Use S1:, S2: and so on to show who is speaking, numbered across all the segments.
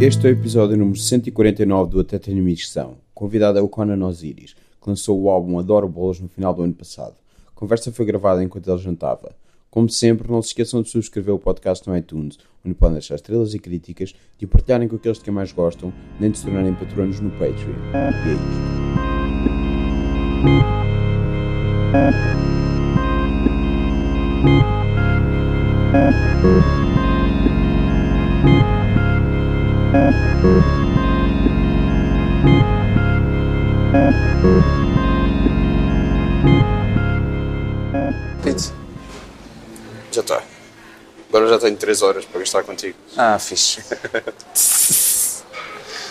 S1: Este é o episódio número 149 do Até Tenho Missão. Convidado é o Conan Osiris, que lançou o álbum Adoro Bolas no final do ano passado. A conversa foi gravada enquanto ele jantava. Como sempre, não se esqueçam de subscrever o podcast no iTunes, onde podem deixar estrelas e críticas, de partilharem com aqueles que mais gostam, nem de se tornarem patronos no Patreon. E é isto.
S2: Pizza.
S3: Já está. Agora já tenho 3 horas para gastar contigo.
S2: Ah, fixe.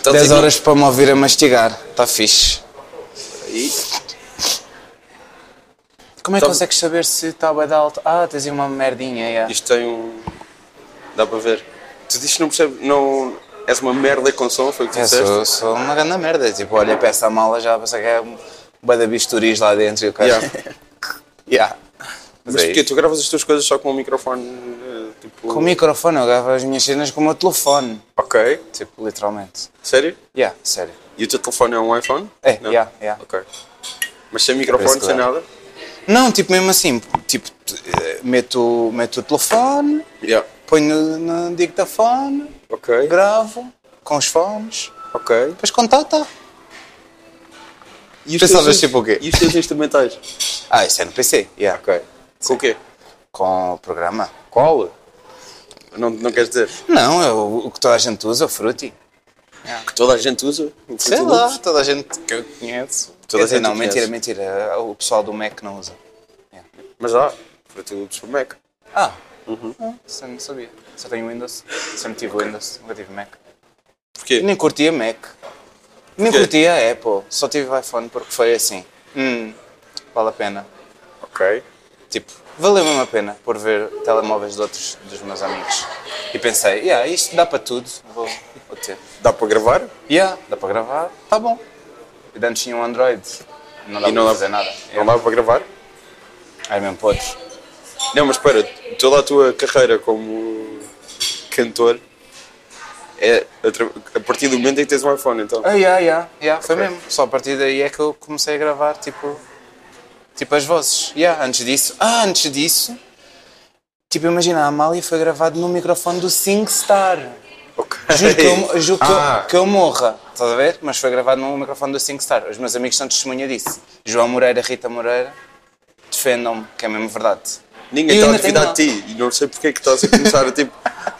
S3: Então,
S2: 10
S3: tenho-
S2: horas para me ouvir a mastigar. Está fixe.
S3: E
S2: Como é que
S3: Então-
S2: consegues saber se está bem de alto? Ah, tens aí uma merdinha. yeah.
S3: isto tem um. Dá para ver. Tu dizes que não percebes. Não... És uma merda com som, foi o que tu
S2: Eu
S3: disseste?
S2: É, sou, sou uma grande merda. Tipo, olha para essa mala já pensei que é um bué de bisturis lá dentro. E o cara...
S3: Yeah.
S2: Yeah. Mas
S3: Mas
S2: é
S3: porquê?
S2: isso.
S3: Tu gravas as tuas coisas só com um microfone eh, tipo.
S2: Com o microfone, eu gravo as minhas cenas com o meu telefone.
S3: Ok.
S2: Tipo, literalmente.
S3: Sério?
S2: Yeah, sério.
S3: E o teu telefone é um iPhone?
S2: É, yeah, yeah.
S3: Ok. Mas sem microfone,
S2: que
S3: sem
S2: dá.
S3: nada?
S2: Não, tipo, mesmo assim, tipo, t- eh, meto, meto o telefone,
S3: Yeah.
S2: ponho no dictafone,
S3: Ok.
S2: gravo com os fones,
S3: Ok.
S2: depois contata.
S3: E os
S2: Pensavas
S3: teus-
S2: tipo o quê?
S3: E os teus instrumentais?
S2: Ah, isso é no PC, yeah.
S3: Ok. Com o quê?
S2: com o programa.
S3: Qual? Não, não queres dizer?
S2: Não, eu, o que toda a gente usa, o Fruity.
S3: Que toda a gente usa? o
S2: Sei
S3: Fruit
S2: lá,
S3: Loops?
S2: toda a gente que eu conheço.
S3: Toda a
S2: Quer dizer,
S3: gente
S2: não,
S3: que
S2: mentira,
S3: conhece.
S2: mentira. O pessoal do Mac não usa.
S3: Mas há. Fruit Loops por Mac.
S2: Ah, ah, isso eu não sabia. Só tenho Windows. Sempre tive Windows, nunca tive Mac.
S3: Porquê?
S2: Eu nem curtia Mac. Nem
S3: Porquê?
S2: curtia Apple. Só tive iPhone porque foi assim. Hum, vale a pena.
S3: Ok.
S2: Tipo, valeu mesmo a pena por ver telemóveis de outros dos meus amigos. E pensei, yeah, isto dá para tudo, vou, vou ter.
S3: Dá para gravar?
S2: Yeah, dá para gravar, tá bom. E de antes tinha um Android, não dá
S3: E não
S2: para
S3: dá-
S2: fazer nada.
S3: Não
S2: Yeah.
S3: dá para gravar?
S2: Era mesmo podres.
S3: Não, mas espera, toda a tua carreira como cantor é a, tra- a partir do momento em que tens um iPhone, então.
S2: Ah, yeah, yeah, yeah, foi
S3: Ok.
S2: mesmo. Só a partir daí é que eu comecei a gravar, tipo, tipo as vozes. Yeah, antes disso, ah, antes disso, tipo, imagina, a Amália foi gravada no microfone do SingStar.
S3: Ok.
S2: Juro que eu, juro que eu-
S3: Ah.
S2: que eu morra, estás a ver? Mas foi gravado no microfone do Sing Star. Os meus amigos são testemunha disso. João Moreira, Rita Moreira, defendam-me, que é mesmo verdade.
S3: Ninguém
S2: Eu
S3: está a
S2: ainda tenho
S3: duvidar de ti e não sei porque é que estás a começar a tipo.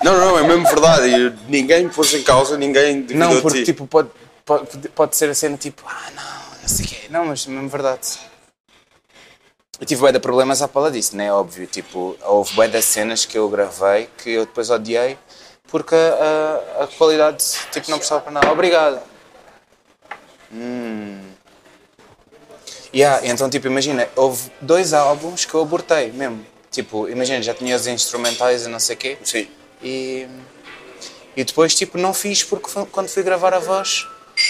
S3: Não, não, é mesmo verdade. e Ninguém pôs em causa, ninguém duvidou
S2: Não, porque
S3: de ti.
S2: tipo, pode, pode, pode ser a cena tipo, ah não, não sei o quê. Não, mas é mesmo verdade. Eu tive bué de problemas à pala disso, né? Óbvio, tipo, houve bué de cenas que eu gravei que eu depois odiei porque a, a- a qualidade, tipo, não prestava para nada. Obrigado. Hum. Yeah, então, tipo, imagina, houve dois álbuns que eu abortei mesmo. Tipo, imagina, já tinha os instrumentais e não sei o quê.
S3: Sim.
S2: E, e depois, tipo, não fiz porque foi- quando fui gravar a voz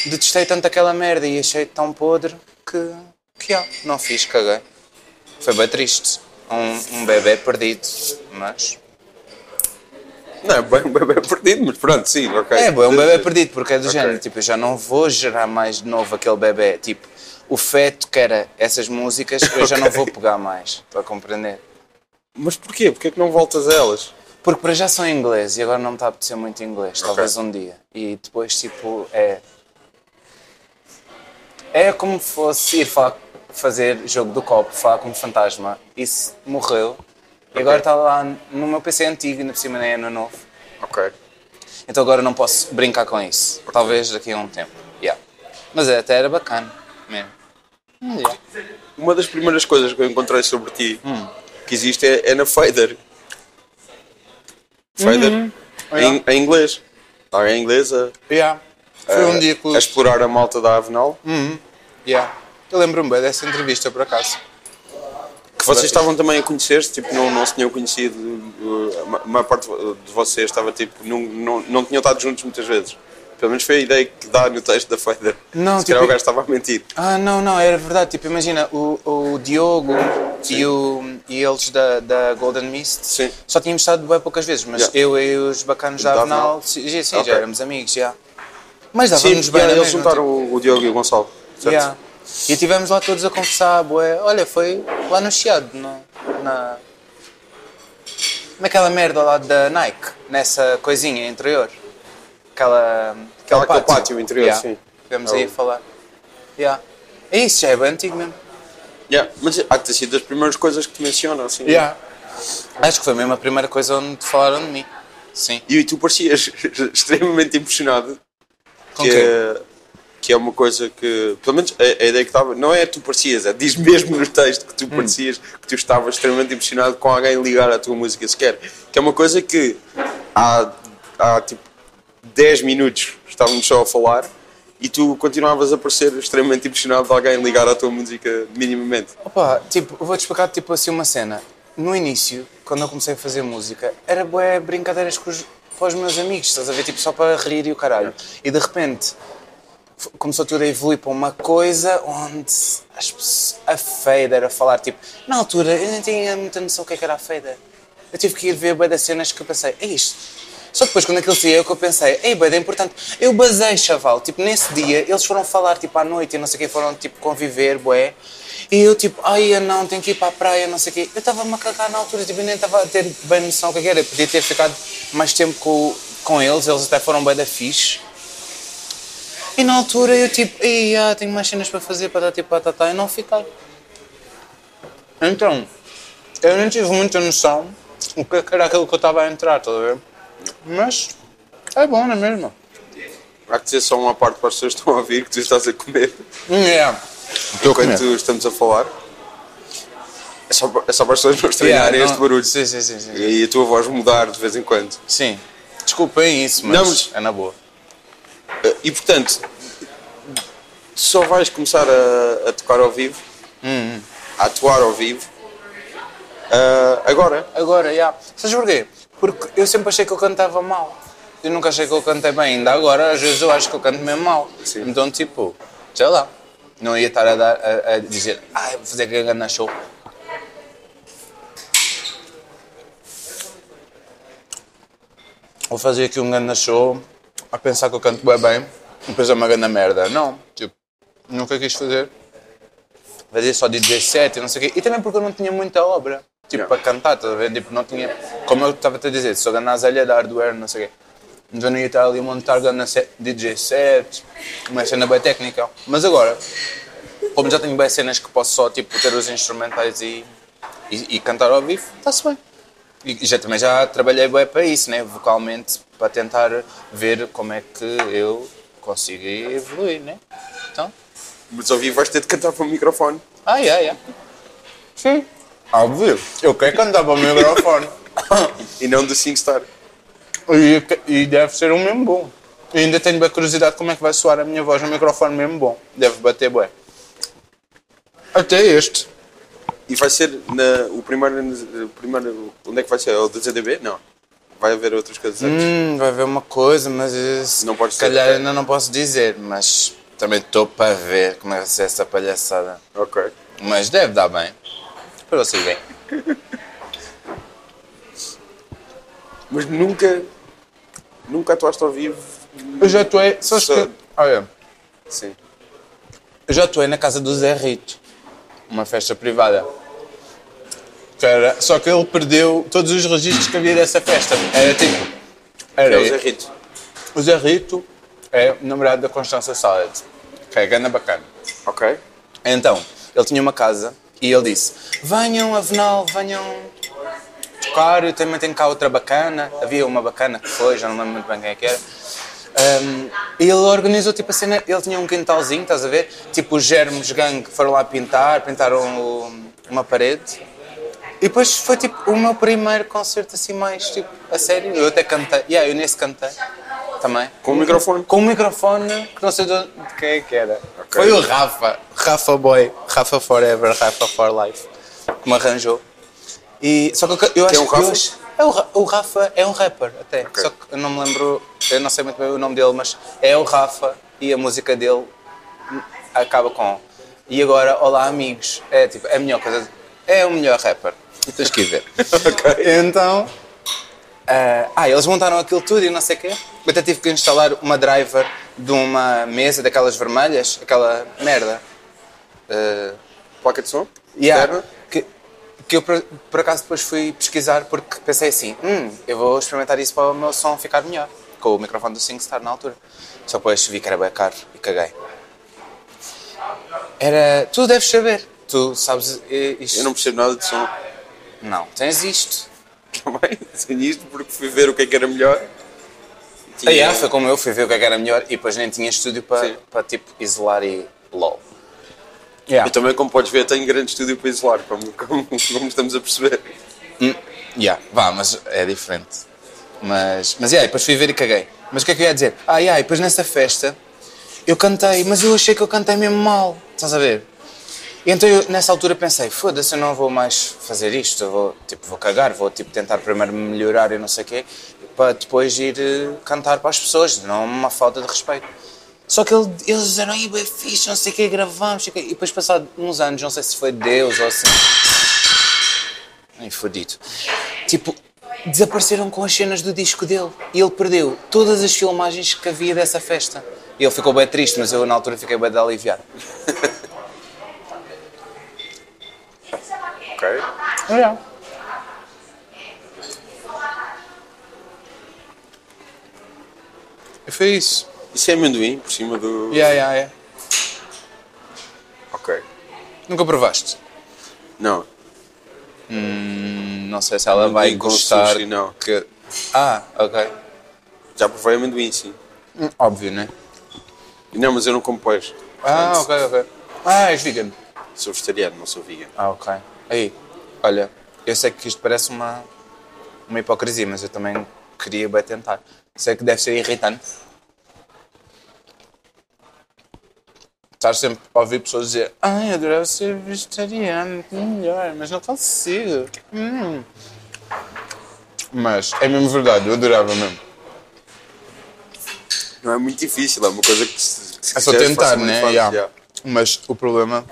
S2: detestei tanto aquela merda e achei tão podre que, que ah, não fiz, caguei. Foi bem triste. Um, um bebê perdido, mas...
S3: Não, é bem, bem, bem perdido, mas pronto, sim, ok.
S2: É, bom, é um bebê perdido, porque é do
S3: Ok.
S2: género, tipo, eu já não vou gerar mais de novo aquele bebê, tipo, o feto que era essas músicas, eu já não vou pegar mais, para compreender.
S3: Mas porquê? Porquê é que não voltas a elas?
S2: Porque para já são em inglês e agora não me está a apetecer muito inglês, talvez um dia. E depois, tipo, é. É como fosse ir falar- fazer jogo do copo, falar como fantasma. Isso morreu e agora está lá no meu PC antigo, ainda por cima nem é no novo.
S3: Ok.
S2: Então agora não posso brincar com isso. Talvez daqui a um tempo. Yeah. Mas é, até era bacana mesmo. Hum, yeah.
S3: Uma das primeiras coisas que eu encontrei sobre ti
S2: Hum.
S3: que existe é, é na Fader. Fader?
S2: Uhum.
S3: Em, em inglês. Alguém inglesa
S2: Yeah. Foi um dia Hum. que.
S3: Eh, a explorar a malta da Avenal.
S2: Yeah. Eu lembro-me bem dessa entrevista, por acaso.
S3: Que vocês estavam também a conhecer-se, tipo, não, não se tinham conhecido. uh, A ma- a maior parte de vocês estava tipo, não, não, não tinham estado juntos muitas vezes. Pelo menos foi a ideia que dá no texto da Fader.
S2: Não,
S3: se calhar
S2: tipo-
S3: o gajo estava a mentir.
S2: Ah, não, não, era verdade. Tipo, imagina, o, o Diogo
S3: Sim.
S2: e, o, e eles da, da Golden Mist
S3: Sim.
S2: só tínhamos estado bem poucas vezes, mas
S3: Yeah.
S2: eu e os bacanos da
S3: Da
S2: Avenal,
S3: Avenal.
S2: sim, sim,
S3: Ok.
S2: já éramos amigos, já. Mas
S3: Sim,
S2: dávamos bem é
S3: yeah,
S2: na
S3: eles
S2: mesma,
S3: juntaram o, o Diogo e o Gonçalo.
S2: tipo,
S3: Certo?
S2: yeah. E estivemos lá todos a conversar, bué. olha, foi lá no Chiado, no, na... naquela merda lá da Nike, nessa coisinha interior, aquela, aquele
S3: Ah, Aquele pátio interior, sim.
S2: Estivemos
S3: É o-
S2: aí a falar. Yeah. É isso, já é bem antigo mesmo.
S3: Yeah, Mas há que ter sido das primeiras coisas que te mencionam, assim.
S2: Acho que foi mesmo a primeira coisa onde falaram de mim. Sim.
S3: E tu parecias extremamente impressionado
S2: Com
S3: que,
S2: quê?
S3: é, que é uma coisa que, pelo menos a, a ideia que estava, não é tu parecias, é, diz mesmo no texto que tu parecias, que tu estavas extremamente impressionado com alguém ligar à tua música sequer. Que é uma coisa que há, há tipo 10 minutos estávamos só a falar e tu continuavas a parecer extremamente impressionado de alguém ligar à tua música minimamente.
S2: Opa, tipo, eu vou-te explicar tipo assim uma cena. No início, quando eu comecei a fazer música, era bué brincadeiras com os, para os meus amigos, estás a ver? Tipo, só para rir e o caralho. E de repente, f- começou tudo a evoluir para uma coisa onde as pessoas- a feira era falar, tipo, na altura eu nem tinha muita noção do que, é que era a feira. Eu tive que ir ver bué das cenas que eu pensei, é isto. Só depois, quando aquilo saiu, que eu pensei, ei, bué, é importante. Eu basei, chaval, tipo, nesse dia, eles foram falar, tipo, à noite e não sei o quê, foram, tipo, conviver, bué. E eu, tipo, ai, eu não, tenho que ir para a praia, não sei o quê. Eu estava-me a cagar na altura, tipo, eu nem estava a ter bem noção do que, é que era. Eu podia ter ficado mais tempo com, com eles, eles até foram bué da fixe. E na altura eu tipo, ei, ah, tenho mais cenas para fazer para dar tipo patatá e não ficar. Então, eu não tive muita noção o que é que era aquilo que eu estava a entrar, estás a ver? Mas é bom, não é mesmo?
S3: Há que dizer só uma parte para as pessoas que estão a ouvir que tu estás a comer
S2: Hum, Yeah.
S3: enquanto estamos a falar. É só, para- é só para as pessoas não estranharem
S2: não-
S3: este barulho.
S2: Sim, sim, sim. Sim.
S3: E a tua voz mudar de vez em quando.
S2: sim. Desculpem isso, mas,
S3: Não, mas-
S2: é na boa.
S3: Eh, E portanto, tu só vais começar a, a tocar ao vivo,
S2: Hum,
S3: a atuar ao vivo, ah, agora.
S2: Agora, já. Sabes porquê? Porque eu sempre achei que eu cantava mal. Eu nunca achei que eu cantei bem. Ainda agora, às vezes, eu acho que eu canto mesmo mal.
S3: Sim.
S2: Então, tipo, sei lá. Não ia estar a, dar, a, a dizer, ah, vou fazer que na show. Vou fazer aqui um grande show a pensar que eu canto bem bem e depois é uma grande merda. Não, tipo, nunca quis fazer. Fazia só de 17 e não sei o quê. E também porque eu não tinha muita obra, tipo,
S3: Yeah.
S2: para cantar, estás a ver? Tipo, não tinha. Como eu estava-te a dizer, sou grande azalha da hardware, não sei o quê. Então não ia estar ali a montar grande se- DJ set, uma cena bem técnica. Mas agora, como já tenho bem cenas que posso só, tipo, ter os instrumentais e, e, e cantar ao vivo, está-se bem. E já também já trabalhei bem para isso, né? Vocalmente, para tentar ver como é que eu consigo evoluir, né? Então,
S3: Mas ao vivo vais ter de cantar para o microfone.
S2: ai, ai, ai. Sim. Óbvio. Eu quero cantar para o microfone.
S3: E não do SingStar.
S2: e, que- e deve ser um mesmo bom. E ainda tenho bem curiosidade como é que vai soar a minha voz no microfone mesmo bom. Deve bater bem. Até este.
S3: E vai ser na, o primeiro, o primeiro. Onde é que vai ser? É o do ZDB? Não. Vai haver outras coisas antes.
S2: Hum, vai haver uma coisa, mas isso,
S3: Não pode
S2: se
S3: ser.
S2: calhar ainda não posso dizer, mas também estou para ver como é que vai ser essa palhaçada.
S3: Ok.
S2: Mas deve dar bem. Para vocês bem.
S3: Mas nunca. Nunca atuaste ao vivo.
S2: Eu já atuei. Sabes
S3: Só-
S2: que. Olha,
S3: Sim.
S2: eu já atuei na casa do Zé Rito. Uma festa privada. Que era- só que ele perdeu todos os registros que havia dessa festa. Era tipo. Era
S3: É o Zé Rito.
S2: o Zé Rito é o namorado da Constança Salad. Que é gana bacana.
S3: Ok.
S2: Então, ele tinha uma casa e ele disse: Venham, Avenal, venham tocar. Eu também tenho cá outra bacana. Havia uma bacana que foi, já não lembro muito bem quem é que era. Ahm, e ele organizou tipo a cena. Ele tinha um quintalzinho, estás a ver? Tipo, os germes gangue foram lá pintar, pintaram o- uma parede. E depois foi tipo o meu primeiro concerto assim, mais tipo a sério. Eu até cantei, yeah, eu nesse cantei também.
S3: Com o microfone.
S2: Com um microfone que não sei de onde- de quem é que era.
S3: Ok.
S2: Foi o Rafa. Rafa Boy. Rafa Forever. Rafa For Life. Que me arranjou. E, só que eu, eu acho
S3: é o
S2: que eu
S3: Rafa?
S2: acho- é o, Ra- o Rafa é um rapper até.
S3: Ok.
S2: Só que eu não me lembro, eu não sei muito bem o nome dele, mas é o Rafa e a música dele acaba com. E agora, Olá Amigos. É tipo, é a melhor coisa é o melhor rapper. Tens que ir ver. Então. ah, ah, eles montaram aquilo tudo e não sei o quê. Eu até tive que instalar uma driver de uma mesa daquelas vermelhas, aquela merda. Ah,
S3: Placa de som?
S2: Yeah,
S3: Externa?
S2: que, que eu por, por acaso depois fui pesquisar porque pensei assim, hum, eu vou experimentar isso para o meu som ficar melhor, com o microfone do SingStar na altura. Só depois vi que era bem caro e caguei. Era, tu deves saber, tu sabes eh, isto.
S3: Eu não percebo nada de som.
S2: Não, tens isto.
S3: Também tenho isto porque fui ver o que é que era melhor.
S2: Ah, yeah, foi como eu, fui ver o que é que era melhor e depois nem tinha estúdio para,
S3: Sim.
S2: para tipo isolar e lol. Yeah.
S3: Eu também, como podes ver, tenho grande estúdio para isolar, como, como, como estamos a perceber.
S2: Yeah, vá, mas é diferente. Mas, mas yeah, depois fui ver e caguei. Mas o que é que eu ia dizer? Ah, yeah, e depois nessa festa eu cantei, mas eu achei que eu cantei mesmo mal. Estás a ver? E então eu nessa altura pensei, foda-se, eu não vou mais fazer isto, eu vou, tipo, vou cagar, vou tipo, tentar primeiro me melhorar e não sei o quê, para depois ir eh, cantar para as pessoas, não é uma falta de respeito. Só que ele- eles disseram, "Ih, bem fixe, não sei o quê, gravamos, não sei o quê." e depois passado uns anos, não sei se foi Deus ou assim, nem fodido. Tipo, desapareceram com as cenas do disco dele. E ele perdeu todas as filmagens que havia dessa festa. E ele ficou bem triste, mas eu na altura fiquei bem de aliviar.
S3: Ok.
S2: E foi isso.
S3: Isso é amendoim por cima do.
S2: Yeah, yeah, yeah.
S3: Ok.
S2: Nunca provaste?
S3: Não.
S2: Não sei se ela
S3: Amendoim
S2: vai
S3: com
S2: gostar.
S3: sushi, não.
S2: Que... Ah, ok.
S3: Já provei amendoim, sim.
S2: Hum, Óbvio, né?
S3: Não, mas eu não como peixe.
S2: Ah, ok, ok. Ah, és vegan.
S3: Sou vegetariano, não sou vegan.
S2: Ah, ok. Aí, olha, eu sei que isto parece uma, uma hipocrisia, mas eu também queria bem tentar. Sei que deve ser irritante. Estar sempre a ouvir pessoas dizer Ai, eu adorava ser vegetariano, que melhor, mas não consigo. Hum." Mas é mesmo verdade, eu adorava mesmo.
S3: Não é muito difícil, é uma coisa que se, se
S2: É só
S3: quiseres,
S2: tentar,
S3: facilmente
S2: né?
S3: fazes,
S2: Yeah.
S3: yeah.
S2: Mas o problema...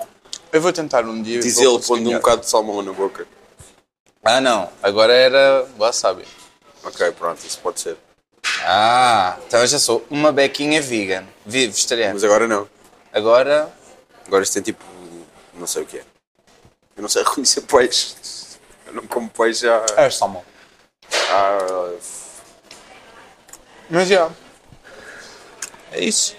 S2: Eu vou tentar um dia. e
S3: Diz
S2: vou
S3: ele
S2: conseguir
S3: pondo um
S2: melhor.
S3: bocado de salmão na boca.
S2: Ah, não. Agora era wasabi.
S3: Ok, pronto, isso pode ser.
S2: Ah, então eu já sou uma bequinha vegan. Vi- Vegetariano.
S3: Mas é- agora não.
S2: Agora.
S3: Agora isto tem tipo. não sei o que é. Eu não sei reconhecer peixe. Eu não como peixe há.
S2: É salmão.
S3: há-
S2: Mas já. É isso.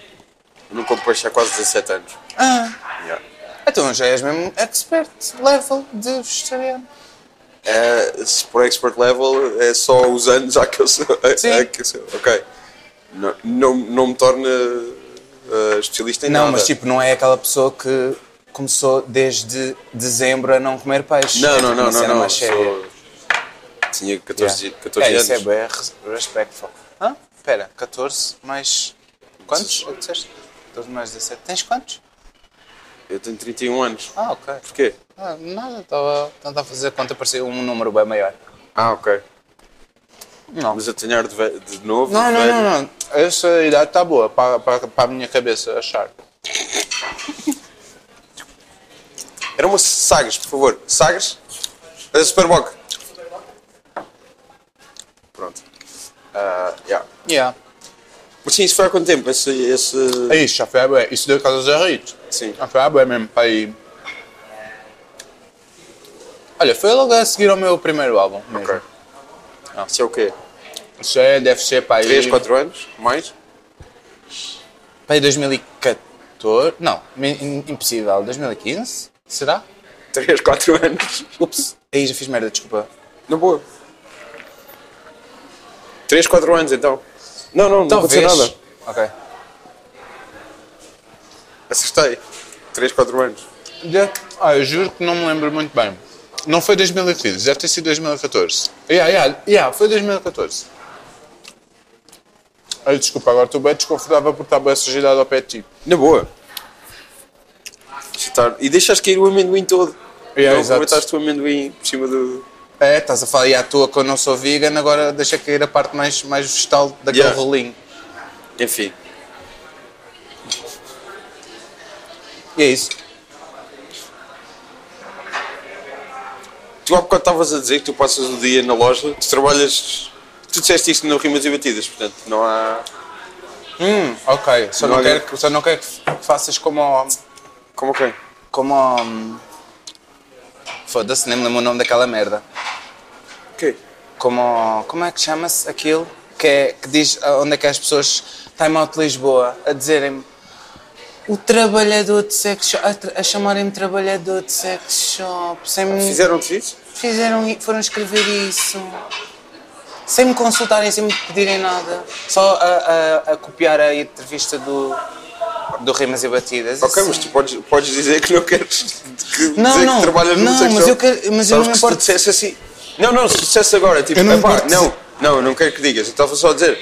S3: eu não como peixe há quase 17 anos.
S2: Ah,
S3: Yeah.
S2: então já és mesmo expert level de vegetariano.
S3: É, se por expert level é só os anos já que eu sou.
S2: Sim.
S3: é que eu sou. Ok. Não, não, não me torna eh, especialista em
S2: Não,
S3: nada.
S2: mas tipo, não é aquela pessoa que começou desde dezembro a não comer peixe.
S3: Não,
S2: É
S3: não,
S2: tipo
S3: não,
S2: uma
S3: não.
S2: cena
S3: não,
S2: mais séria.
S3: sou- Tinha 14,
S2: Yeah.
S3: 14
S2: é,
S3: anos.
S2: isso é bem res- respectful. Hã? Espera, 14 mais. Quantos? É que disseste? 14 mais 17. Tens quantos?
S3: Eu tenho 31 anos.
S2: Ah, ok.
S3: Porquê?
S2: Ah, nada, estava a fazer conta para ser um número bem maior.
S3: Ah, ok.
S2: Não.
S3: Mas a tenhar de, ve- de novo?
S2: Não,
S3: de
S2: não,
S3: velho?
S2: não, não. Essa idade está boa para, para, para a minha cabeça achar.
S3: Era uma Sagres, por favor. Sagres? É Superboc. Pronto. Ah, yeah.
S2: Yeah.
S3: Mas sim, isso foi há quanto tempo? Esse, esse...
S2: Isso, já foi a bué. Isso deu casa a rito.
S3: Sim.
S2: Já foi a bué mesmo para ir. Olha, foi logo a seguir ao meu primeiro álbum. Mesmo.
S3: Ok. Isso é o quê?
S2: Isso é, deve ser para aí.
S3: 3, 4 anos? Mais?
S2: Para aí 2014. Não, mi- im- impossível. 2015? Será?
S3: 3, 4 anos?
S2: Ups, aí já fiz merda, desculpa.
S3: Na boa. 3, 4 anos então. Não, não, não aconteceu nada.
S2: Ok.
S3: Acertei. 3, 4 anos.
S2: De- Ah, eu juro que não me lembro muito bem. Não foi 2015, deve ter sido 2014. Yeah, yeah, yeah, foi 2014. Ai, desculpa, agora estou bem desconfortável por estar bem sujidado ao pé de ti.
S3: Na boa. Está- E deixaste cair o amendoim todo.
S2: Yeah,
S3: não
S2: exato.
S3: aproveitaste o amendoim por cima do.
S2: É, estás a falar, e à toa que eu não sou vegan, agora deixa cair a parte mais, mais vegetal daquele
S3: Yeah.
S2: rolinho.
S3: Enfim.
S2: E é isso.
S3: Tu há bocado estavas a dizer que tu passas o dia na loja, tu trabalhas. Tu disseste isto no Rimas e Batidas, portanto não há.
S2: Hum, ok. Só não,
S3: Não,
S2: quero,
S3: não.
S2: que- só não quero que faças como. ao-
S3: Como quem?
S2: Como. ao- Foda-se, nem me lembro o nome daquela merda.
S3: Ok.
S2: Como. Como é que chama-se aquilo? Que, é, que diz ah, onde é que as pessoas. Time Out Lisboa, a dizerem-me. O trabalhador de sex shop. A, tra- a chamarem-me trabalhador de sex shop. Sem me.
S3: Fizeram-te isso?
S2: Fizeram, i- foram escrever isso. Sem me consultarem, sem me pedirem nada. Só a, a- a copiar a entrevista do, do Rimas e Batidas.
S3: Ok,
S2: Isso.
S3: mas tu podes, podes dizer que não queres que,
S2: Não,
S3: dizer
S2: não.
S3: que trabalhas
S2: Não,
S3: no sex
S2: mas
S3: shop.
S2: eu quero- mas eu
S3: Sabes
S2: não
S3: que
S2: importo.
S3: Se tu dissesse assim. Não, não, se dissesse agora, tipo,
S2: Eu não
S3: não, epá,
S2: importo
S3: não, não, não quero que digas. Eu estava só a dizer.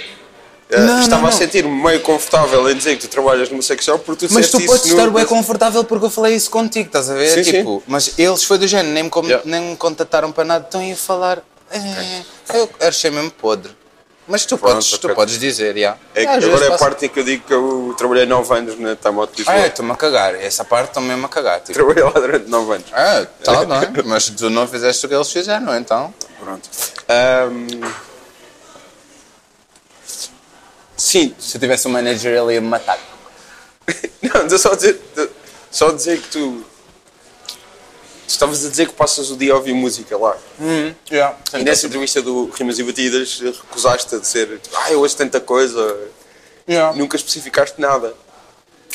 S3: eh,
S2: Não, não,
S3: estava a
S2: não.
S3: sentir-me meio confortável em dizer que tu trabalhas numa sex shop porque tu
S2: Mas
S3: disseste
S2: tu podes
S3: isso
S2: estar
S3: no-
S2: bem confortável porque eu falei isso contigo, estás a ver?
S3: Sim,
S2: tipo, Mas eles foi do género, nem me, com-
S3: Yeah.
S2: nem me contataram para nada, estão aí a falar. eh, Eu achei mesmo podre. Mas tu,
S3: Pronto,
S2: podes, tu
S3: ok.
S2: podes dizer, Ah, já.
S3: É que
S2: Às vezes
S3: agora é a
S2: passa-
S3: parte em que eu digo que eu trabalhei 9 anos na Time de Lisboa.
S2: Ah, eu estou-me a cagar, essa parte estou mesmo a cagar. Tipo,
S3: Trabalhei lá durante 9 anos.
S2: ah, tá, não é? Mas tu não fizeste o que eles fizeram, então.
S3: Pronto. Ahm, Sim,
S2: Se eu tivesse um manager, ele ia me matar.
S3: não, de- só dizer, de- só dizer que tu. tu Estavas a dizer que passas o dia a ouvir música lá.
S2: Hum, yeah.
S3: E nessa entrevista do Rimas e Batidas eh, recusaste a dizer ah, eu ouço tanta coisa,
S2: yeah.
S3: nunca especificaste nada.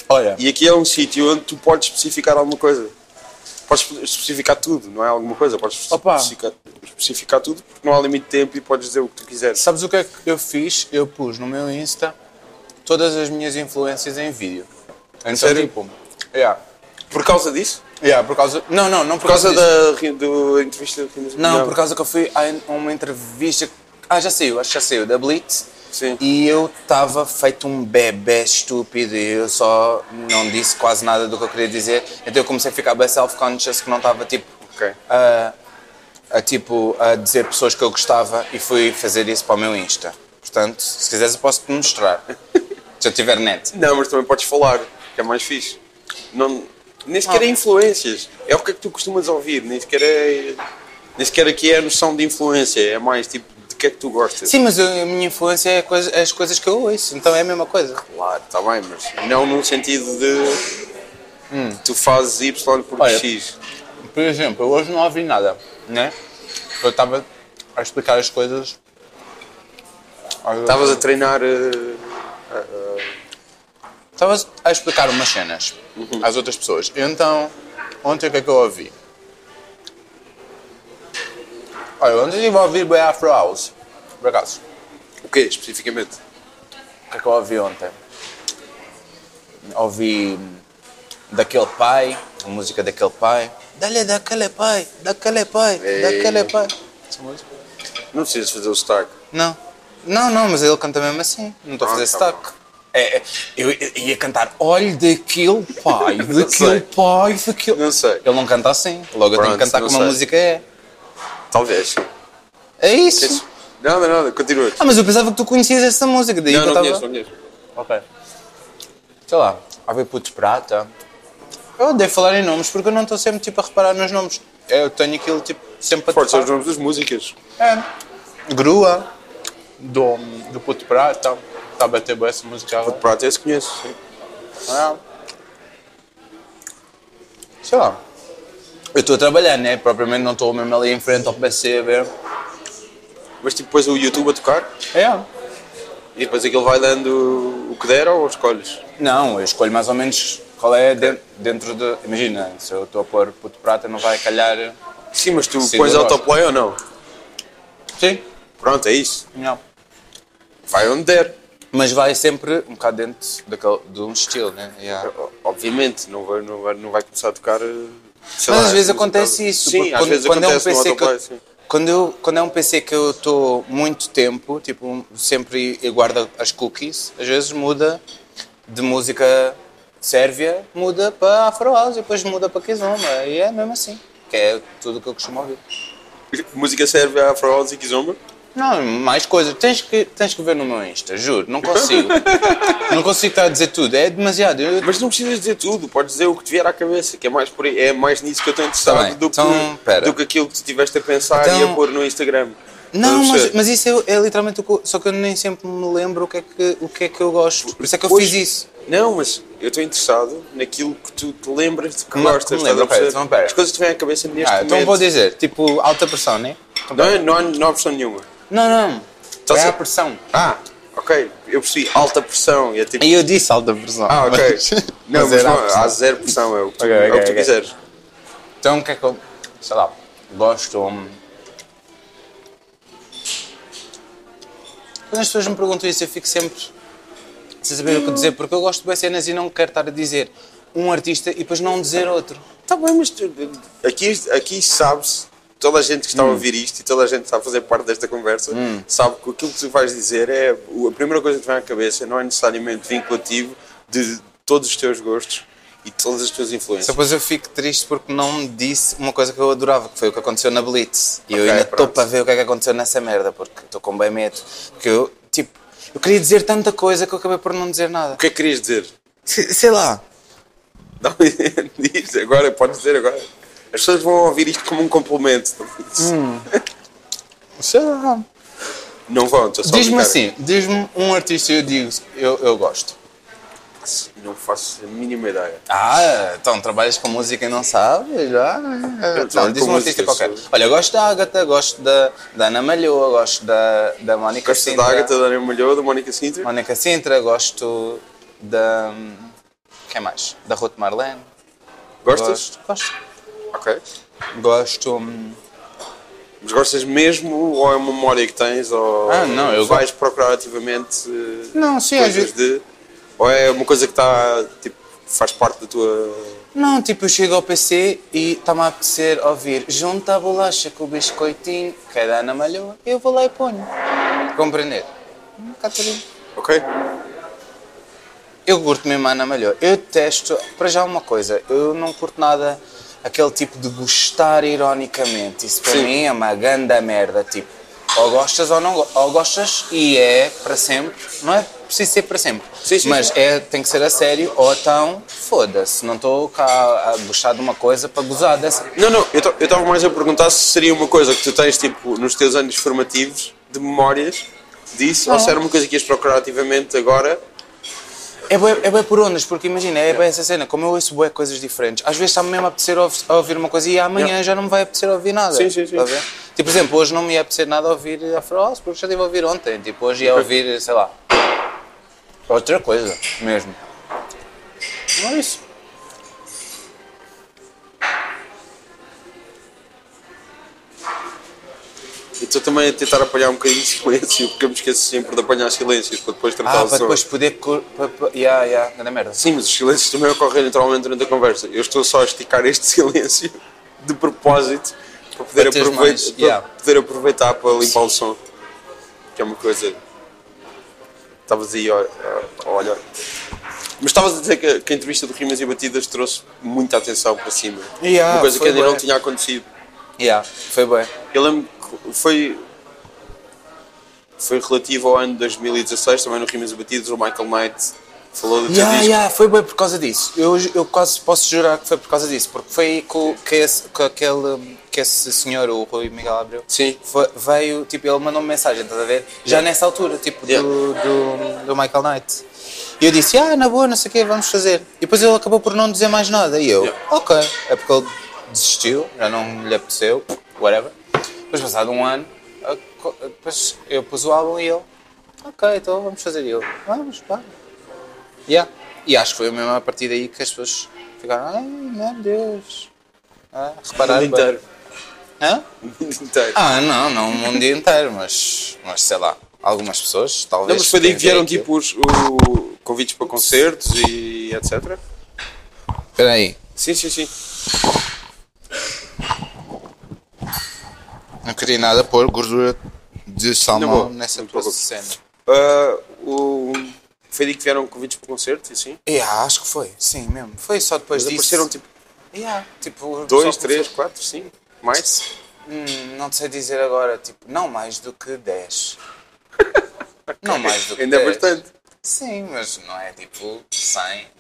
S2: Olha,
S3: E aqui é um sítio onde tu podes especificar alguma coisa. Podes especificar tudo, não é alguma coisa. Podes
S2: Opa.
S3: especificar, especificar tudo porque não há limite de tempo e podes dizer o que tu quiseres.
S2: sabes o que é que eu fiz? Eu pus no meu Insta todas as minhas influências em vídeo. Então,
S3: Sério?
S2: tipo, yeah.
S3: Por causa disso?
S2: Yeah, por causa. Não, não, não por,
S3: Por causa
S2: disso.
S3: da ri- do entrevista do Rimas e
S2: Não,
S3: Batidas?
S2: por causa que eu fui a uma entrevista. Ah, já saiu, acho que já saiu, da Blitz.
S3: Sim.
S2: E eu estava feito um bebê estúpido e eu só não disse quase nada do que eu queria dizer. Então eu comecei a ficar bem self-conscious que não estava tipo.
S3: Ok.
S2: a, a, tipo, a dizer pessoas que eu gostava e fui fazer isso para o meu Insta. Portanto, se quiseres eu posso-te mostrar. se eu tiver net.
S3: Não, mas também podes falar, que é mais fixe. Não, nem sequer
S2: Ah.
S3: é influências. É o que é que tu costumas ouvir, nem sequer é. Nem sequer aqui é a noção de influência, é mais tipo de que é que tu gostas.
S2: Sim, mas eu- a minha influência é coisa- as coisas que eu ouço, então é a mesma coisa.
S3: Claro, está bem, mas não num sentido de tu fazes Y porque
S2: Hum. Olha.
S3: X.
S2: Por exemplo, eu hoje não ouvi nada, né? Eu estava a explicar as coisas.
S3: Estavas a treinar. eh,
S2: Estava a explicar umas cenas
S3: Uhum.
S2: às outras pessoas. Então, ontem o que é que eu ouvi? Olha, ontem eu ouvi bem Afro House, por acaso.
S3: o quê, especificamente?
S2: O que é que eu ouvi ontem? Ouvi daquele pai, a música daquele pai. Dá-lhe daquele pai, daquele pai, daquele pai. Essa música?
S3: Não precisas fazer o sotaque.
S2: Não. Não, não, mas ele canta mesmo assim. Não estou a
S3: Ah,
S2: fazer
S3: tá
S2: sotaque. É, é, eu eu ia cantar Olhe daquele pai, daquele
S3: sei.
S2: pai, daquele.
S3: Não sei.
S2: Ele não canta assim. Logo eu tenho
S3: Pronto,
S2: que cantar
S3: não
S2: como a
S3: sei.
S2: música é.
S3: Talvez.
S2: É isso.
S3: Nada, nada, continua.
S2: Ah, mas eu pensava que tu conhecias essa música. Daí
S3: Não,
S2: que
S3: não
S2: eu
S3: conheço,
S2: estava.
S3: não conheço.
S2: Ok. Sei lá, Ave Putos Prata. Eu odeio falar em nomes porque eu não estou sempre tipo a reparar nos nomes. Eu tenho aquilo tipo sempre a
S3: Fortes são
S2: topar.
S3: os nomes das músicas.
S2: É. Grua, do, do Puto Prata. Está a bater boa essa música agora.
S3: Prato, esse conheço. sim.
S2: Ah. Sei lá. Eu estou a trabalhar, né? Propriamente não estou mesmo ali em frente ao PC a ver.
S3: Mas tipo, depois o YouTube a tocar.
S2: É.
S3: E depois aquilo vai dando o que der ou escolhes?
S2: Não, eu escolho mais ou menos qual é de- dentro de. Imagina, se eu estou a pôr puto prata, não vai calhar.
S3: Sim, mas tu
S2: Sim,
S3: pões
S2: eu gosto.
S3: autoplay ou não?
S2: Sim?
S3: Pronto, é isso.
S2: Não.
S3: Vai onde der.
S2: Mas vai sempre um bocado dentro daquele, de um estilo, né? Yeah.
S3: O- Obviamente, não vai, não vai, não vai começar a tocar. eh, Mas
S2: Mas às vezes acontece isso.
S3: Sim,
S2: porque
S3: às vezes acontece no
S2: um que eu-
S3: autoplay. sim.
S2: quando, eu- quando é um PC que eu estou muito tempo, tipo, um- sempre eu guardo as cookies, às vezes muda de música sérvia, muda para Afro House e depois muda para Kizomba. E é mesmo assim. Que é tudo o que eu costumo ouvir.
S3: Música serve a Afro House e Kizomba?
S2: Não, mais coisas. Tens que, tens que ver no meu Insta, juro. Não consigo. não consigo estar a dizer tudo. É demasiado. Eu-
S3: Mas não precisas dizer tudo, podes dizer o que te vier à cabeça, que é mais, por aí- é mais nisso que eu estou
S2: Tá
S3: interessado
S2: bem,
S3: do, que,
S2: então, pera.
S3: do que aquilo que tu estiveste a pensar e
S2: Então-
S3: a pôr no Instagram.
S2: Não,
S3: Estás a
S2: mas,
S3: perceber?
S2: mas isso é, é literalmente o que eu- Só que eu nem sempre me lembro o que é que, o que, é que eu gosto. Por isso é que eu
S3: Hoje-
S2: fiz isso.
S3: Não, mas eu estou interessado naquilo que tu te lembras de que
S2: Não, que me
S3: gostas. estás a
S2: lembro, ok,
S3: perceber?
S2: então, pera.
S3: As coisas que te vêm à cabeça neste
S2: Ah,
S3: momento.
S2: então vou dizer, tipo, alta pressão, né?
S3: Não, é- não, há- não há pressão nenhuma.
S2: Não, não.
S3: Então,
S2: é
S3: se-
S2: a pressão.
S3: Ah, ok, eu percebi. Alta pressão. E é tipo...
S2: E eu disse alta pressão.
S3: Ah, ok.
S2: mas-
S3: Não, mas,
S2: era a
S3: não,
S2: pressão.
S3: há zero pressão, é o que tu,
S2: Ok,
S3: é o que
S2: ok,
S3: tu
S2: ok.
S3: quiseres. ah.
S2: Então o que é que eu. Sei lá. Gosto. hum. Quando as pessoas me perguntam isso, eu fico sempre sem saber o que dizer, porque eu gosto de bem cenas e não quero estar a dizer um artista e depois não dizer outro.
S3: Está Tá bem, mas tu- aqui, aqui sabe-se, toda a gente que
S2: Hum.
S3: está a ouvir isto e toda a gente que está a fazer parte desta conversa, sabe que aquilo que tu vais dizer é o- a primeira coisa que te vem à cabeça, não é necessariamente vinculativo de todos os teus gostos e todas as tuas
S2: Só
S3: influências.
S2: depois eu fico triste porque não me disse uma coisa que eu adorava, que foi o que aconteceu na Blitz. E eu
S3: Ok,
S2: ainda
S3: pronto.
S2: estou para ver o que é que aconteceu nessa merda, porque estou com bem medo. Porque eu, tipo, eu queria dizer tanta coisa que eu acabei por não dizer nada.
S3: O que é que querias dizer?
S2: Se- Sei lá.
S3: Não, diz agora, podes dizer agora. As pessoas vão ouvir isto como um complemento.
S2: Hum. Sei lá.
S3: Não vão, estou só a
S2: Diz-me
S3: brincar.
S2: assim, diz-me um artista e eu digo, eu, eu gosto. assim.
S3: Não faço a mínima ideia.
S2: Ah, então trabalhas com música e não sabes? Ah, então,
S3: né? trabalho
S2: diz-me
S3: com
S2: um artista
S3: música,
S2: qualquer.
S3: sou-
S2: Olha, eu gosto da Agatha, gosto da, da Ana Malhoa, gosto da, da Mónica
S3: Gosto da
S2: Sintra.
S3: Agatha, da Ana Malhoa, da Mónica Sintra.
S2: Mónica Sintra, gosto da. hum, Quem mais? Da Ruth Marlene.
S3: Gostas?
S2: Gosto. Gosto.
S3: Ok.
S2: Gosto, hum,
S3: Mas gostas mesmo ou é uma memória que tens ou
S2: Ah, não, eu
S3: vais procurar ativamente eh,
S2: Não, sim, às
S3: coisas
S2: vezes.
S3: de ou é uma coisa que está tipo faz parte da tua
S2: Não, tipo, eu chego ao PC e está-me a apetecer ouvir junta a bolacha com o biscoitinho, que é da Ana Malhoa, eu vou lá e ponho. Compreender? Hum, Catarina.
S3: ok
S2: Eu curto mesmo a Ana Malhoa. Eu detesto, para já uma coisa, eu não curto nada aquele tipo de gostar ironicamente. Isso para
S3: Sim.
S2: mim é uma ganda merda, tipo, ou gostas ou não go- ou gostas e é para sempre. Não é preciso ser para sempre,
S3: Sim, sim,
S2: mas
S3: sim.
S2: é, tem que ser a sério ou então foda-se, não estou cá a gostar de uma coisa para gozar dessa.
S3: não não eu estava mais a perguntar se seria uma coisa que tu tens tipo nos teus anos formativos de memórias disso ou se era uma coisa que ias procurar ativamente agora
S2: É bem, é bué por ondas, porque imagina, é bem essa cena, como eu ouço bué coisas diferentes, às vezes está-me mesmo a apetecer ouv- a ouvir uma coisa e amanhã
S3: Yeah.
S2: já não me vai apetecer a ouvir nada.
S3: Sim, sim, sim.
S2: Tá a ver? Tipo, por exemplo, hoje não me ia apetecer nada a ouvir Afro House, porque já estive a ouvir ontem, tipo, hoje ia ouvir, sei lá, outra coisa mesmo. Não é isso.
S3: eu estou também a tentar apanhar um bocadinho de silêncio porque eu me esqueço sempre de apanhar silêncios para depois tratar
S2: Ah,
S3: o
S2: para
S3: som.
S2: depois poder... cur- Para, para, yeah, yeah, grande merda.
S3: Sim, mas os silêncios também ocorrem naturalmente durante a conversa. Eu estou só a esticar este silêncio de propósito para poder,
S2: Para teres
S3: aproveitar,
S2: mais,
S3: para
S2: yeah.
S3: poder aproveitar para limpar o som. Que é uma coisa. Estavas aí, ó, ó, olha. Mas estavas a dizer que a, que a entrevista do Rimas e Batidas trouxe muita atenção para cima.
S2: Yeah,
S3: uma coisa que
S2: foi
S3: ainda
S2: bué.
S3: não tinha acontecido.
S2: Yeah, foi bem.
S3: Eu lembro que foi. Foi relativo ao ano de 2016, também no Rimas e Batidas, o Michael Knight falou do teu
S2: Yeah,
S3: disco.
S2: yeah, foi bem por causa disso. Eu, eu quase posso jurar que foi por causa disso, porque foi aí que, que, esse, que aquele que esse senhor, o Rui Miguel Abreu,
S3: Sim.
S2: foi- veio, tipo, ele mandou-me mensagem, estás a ver? Já nessa altura, tipo,
S3: Yeah.
S2: do, do, do Michael Knight. E eu disse, ah, na boa, não sei o quê, vamos fazer. E depois ele acabou por não dizer mais nada. E eu,
S3: Yeah.
S2: ok. É porque ele desistiu, já não lhe apeteceu, whatever. Depois, passado um ano, a co- depois eu pus o álbum e ele, ok, então vamos fazer. E eu, vamos, pá. Yeah. E acho que foi mesmo a partir daí que as pessoas ficaram, ai, meu Deus. Ah, repararam.
S3: O mundo inteiro.
S2: bem. Hã?
S3: O mundo inteiro.
S2: Ah, não, não o mundo inteiro, mas, mas sei lá, algumas pessoas, talvez.
S3: Não, mas foi daí
S2: quem
S3: que
S2: vê
S3: vieram
S2: aquilo.
S3: tipo os o- convites para concertos e etc.
S2: Espera aí,
S3: Sim, sim, sim.
S2: não queria nada pôr gordura de
S3: Não
S2: salmão
S3: vou,
S2: nessa
S3: não te
S2: tua
S3: preocupes.
S2: cena.
S3: Ah, o, foi daí que vieram convites para concertos e assim. tipo,
S2: Yeah, acho que foi, sim mesmo. Foi só depois
S3: Mas
S2: disso.
S3: apareceram tipo
S2: Yeah, tipo, o pessoal
S3: 2,
S2: começou-
S3: 3, 4, 5, mais.
S2: Hum, não te sei dizer agora, tipo, não mais do que 10. não mais do que
S3: Ainda é
S2: 10.
S3: bastante.
S2: Sim, mas não é tipo 100.
S3: Está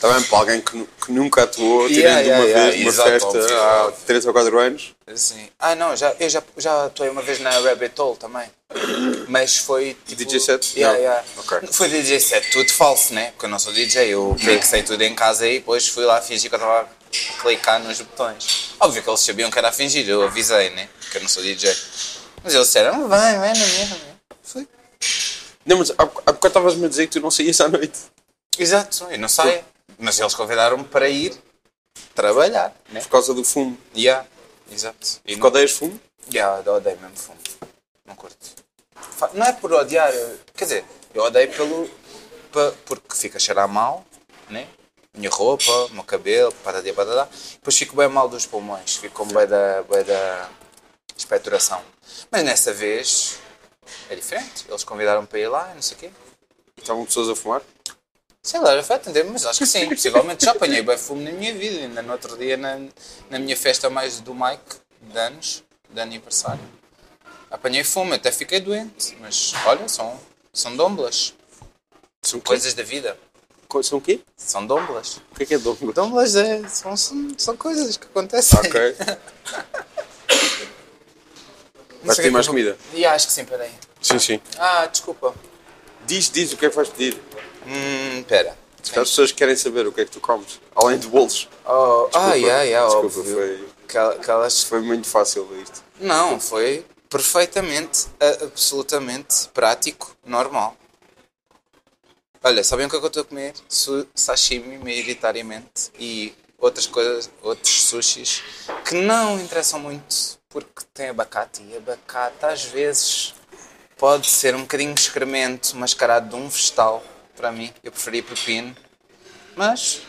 S3: Tá bem, para alguém que, nu- que nunca atuou, tirando
S2: Yeah,
S3: uma
S2: yeah, yeah,
S3: vez, uma
S2: exato,
S3: festa
S2: óbvio,
S3: há
S2: óbvio.
S3: 3 ou 4 anos.
S2: Assim. Ah, não, já, eu já, já atuei uma vez na Rabbit Hole também. Mas foi tipo.
S3: DJ set?
S2: Yeah,
S3: Não.
S2: yeah.
S3: Ok. Uhum.
S2: Foi DJ set, tudo falso, né? Porque eu não sou DJ, eu mixei tudo em casa e depois fui lá fingir que eu estava a clicar nos botões. Óbvio que eles sabiam que era a fingir, eu avisei, né? Porque eu não sou DJ. Mas eles disseram, "Ah, vai, vai, na mesma. Foi.
S3: Não, mas há boc- há bocado estavas-me a dizer que tu não saías à noite.
S2: Exato, eu não sei. Mas eles convidaram-me para ir trabalhar, né?
S3: Por causa do fumo.
S2: Yeah, exato. E
S3: Porque odeias fumo?
S2: Yeah, eu odeio mesmo fumo. Não curto. Fa- Não é por odiar, eu- quer dizer, eu odeio pelo. pa- porque fica a cheirar mal, né? Minha roupa, o meu cabelo, patati patatá. Depois fico bem mal dos pulmões, fico com bem da, bem da expectoração. Mas nessa vez é diferente. Eles convidaram-me para ir lá e não sei o quê.
S3: Estavam pessoas a fumar?
S2: Sei lá, foi atender, mas acho que sim. Possivelmente já apanhei bem fumo na minha vida. Ainda no outro dia, na, na minha festa mais do Mike, de anos, de aniversário, apanhei fumo, até fiquei doente. Mas olha, são, são domblas.
S3: São coisas.
S2: Coisas da vida.
S3: São o quê?
S2: São domblas.
S3: O que é que é dobro?
S2: Domblas é, são, são, são coisas que acontecem.
S3: Ok.
S2: Não
S3: Vais pedir
S2: sei o que é que
S3: mais
S2: eu-
S3: comida?
S2: E acho que sim, peraí.
S3: Sim, sim.
S2: Ah, desculpa.
S3: Diz, diz o que é que vais pedir.
S2: Hum, pera.
S3: Se calhar As pessoas querem saber o que é que tu comes. Além de bolos.
S2: Oh, ah, yeah, yeah,
S3: Desculpa,
S2: óbvio.
S3: foi-
S2: Aquela- Aquelas
S3: Foi muito fácil isto.
S2: Não, foi perfeitamente, a- absolutamente prático, normal. Olha, sabem o que é que eu estou a comer? Su- sashimi, maioritariamente, e outras coisas, outros sushis, que não interessam muito, porque tem abacate, e abacate às vezes pode ser um bocadinho de excremento mascarado de um vegetal, para mim. Eu preferia pepino, mas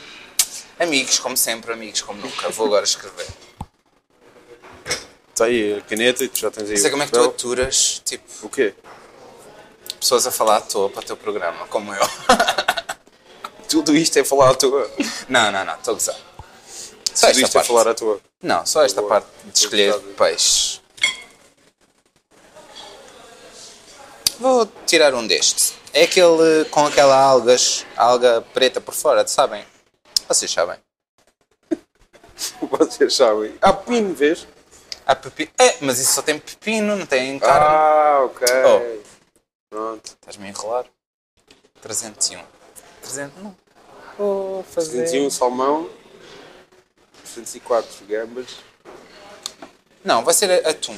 S2: amigos, como sempre, amigos como nunca. Vou agora escrever.
S3: Está Tá aí a caneta e tu já tens aí.
S2: Não sei
S3: o
S2: como é que tu
S3: papel.
S2: aturas, tipo,
S3: O quê?
S2: pessoas a falar à toa para o teu programa, como eu.
S3: Tudo isto é falar à tua.
S2: Não, não, não, estou a gozar. Só
S3: Tudo
S2: esta
S3: isto é
S2: parte.
S3: falar à tua.
S2: Não, só esta
S3: Boa.
S2: parte de escolher
S3: Obrigado.
S2: peixes. Vou tirar um destes. É aquele com aquela algas, alga preta por fora, sabem? Vocês sabem.
S3: Vocês sabem. Há pino, vês?
S2: Há pepi... É, mas isso só tem pepino, não tem carne.
S3: Ah, ok.
S2: Oh.
S3: Pronto.
S2: Estás-me a enrolar? 301. 300... Não. Vou fazer...
S3: 201 salmão. 204 gambas.
S2: Não, vai ser atum.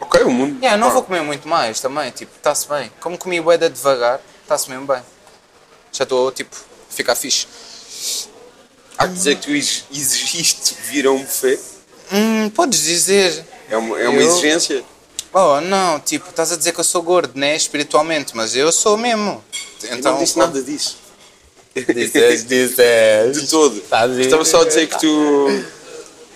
S3: Ok, o mundo.
S2: Yeah, não
S3: Pá,
S2: vou comer muito mais também, tipo, está-se bem. Como comi boeda devagar, está-se mesmo bem. Já estou, tipo, a ficar fixe.
S3: Há que dizer que tu ex- exigiste vir a um buffet.
S2: Hum, podes dizer.
S3: É uma, é uma
S2: Eu-
S3: exigência.
S2: Oh, não, tipo, estás a dizer que eu sou gordo, né? Espiritualmente, mas eu sou mesmo.
S3: Então, não disse nada disso.
S2: Dizes, dizes.
S3: De todo.
S2: Tá a dizer.
S3: Estava só a dizer que tu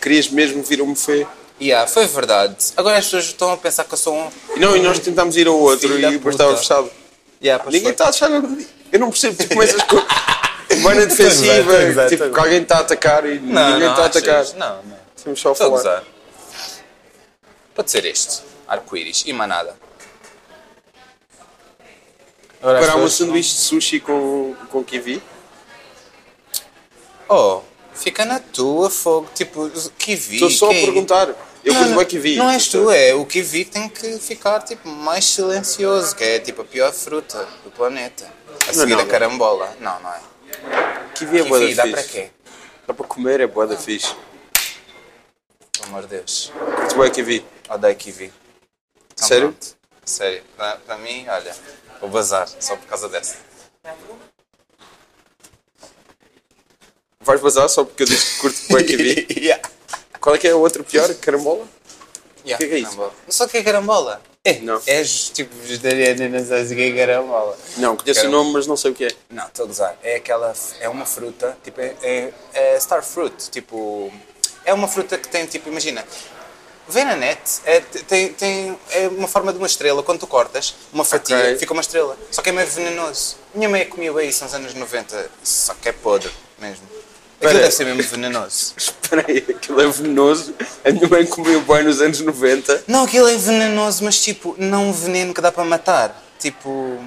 S3: querias mesmo vir a um buffet.
S2: Yeah, foi verdade. Agora as pessoas estão a pensar que eu sou um.
S3: E não, e nós tentámos ir ao outro
S2: Filho da
S3: e depois estava
S2: puta.
S3: fechado.
S2: Yeah, pois
S3: Ninguém tá-
S2: foi.
S3: está a achar nada. disso. Eu não percebo. Tu começas com. Vai na defensiva,
S2: Tô a gozar, tô a
S3: tipo,
S2: gozar.
S3: que alguém está a atacar e
S2: Não,
S3: ninguém
S2: não,
S3: está a
S2: achas?
S3: atacar.
S2: Não, não.
S3: Temos só a
S2: Estou
S3: falar.
S2: a gozar. Pode ser este. Arco-íris e manada. Agora as
S3: Para um
S2: pessoas não-
S3: sanduíche de sushi com, com kiwi.
S2: Oh, fica na tua, fogo. Tipo, o kiwi.
S3: Estou só a
S2: que é isso?
S3: perguntar. Eu
S2: Não,
S3: curto
S2: não,
S3: bem kiwi.
S2: Não és tu, é o kiwi que tem que ficar tipo, mais silencioso, que é tipo a pior fruta do planeta. A seguir
S3: não,
S2: a
S3: não.
S2: carambola. Não, não é.
S3: Kiwi é boa
S2: kiwi,
S3: da
S2: dá para
S3: fixe.
S2: quê?
S3: Dá para comer, é boa da fixe.
S2: Pelo amor de Deus.
S3: Curto bem kiwi.
S2: Odeio kiwi. Então,
S3: Sério?
S2: pronto. Sério. Para, para mim, olha, vou bazar só por causa dessa.
S3: Vais bazar só porque eu disse que curto bem kiwi.
S2: yeah.
S3: Qual é que é a outra pior? Carambola?
S2: Yeah,
S3: que é isso?
S2: carambola. Não sabe o que é carambola? É,
S3: Não.
S2: És tipo vegetariano e não sabes o que é carambola.
S3: Não, conheço
S2: Carambola.
S3: o nome, mas não sei o que é.
S2: Não, estou a gozar. É aquela. f- É uma fruta, tipo, é, é, é star fruit. Tipo. É uma fruta que tem, tipo, imagina. Vê na net, é, t- tem, tem, é uma forma de uma estrela. Quando tu cortas uma fatia,
S3: Ok.
S2: fica uma estrela. Só que é meio venenoso. Minha mãe comia bem isso nos anos 90. Só que é podre mesmo.
S3: Espera.
S2: Aquilo deve ser mesmo venenoso.
S3: Espera aí, aquilo é venenoso. A minha mãe comeu bem nos anos 90.
S2: Não, aquilo é venenoso, mas tipo, não um veneno que dá para matar. Tipo.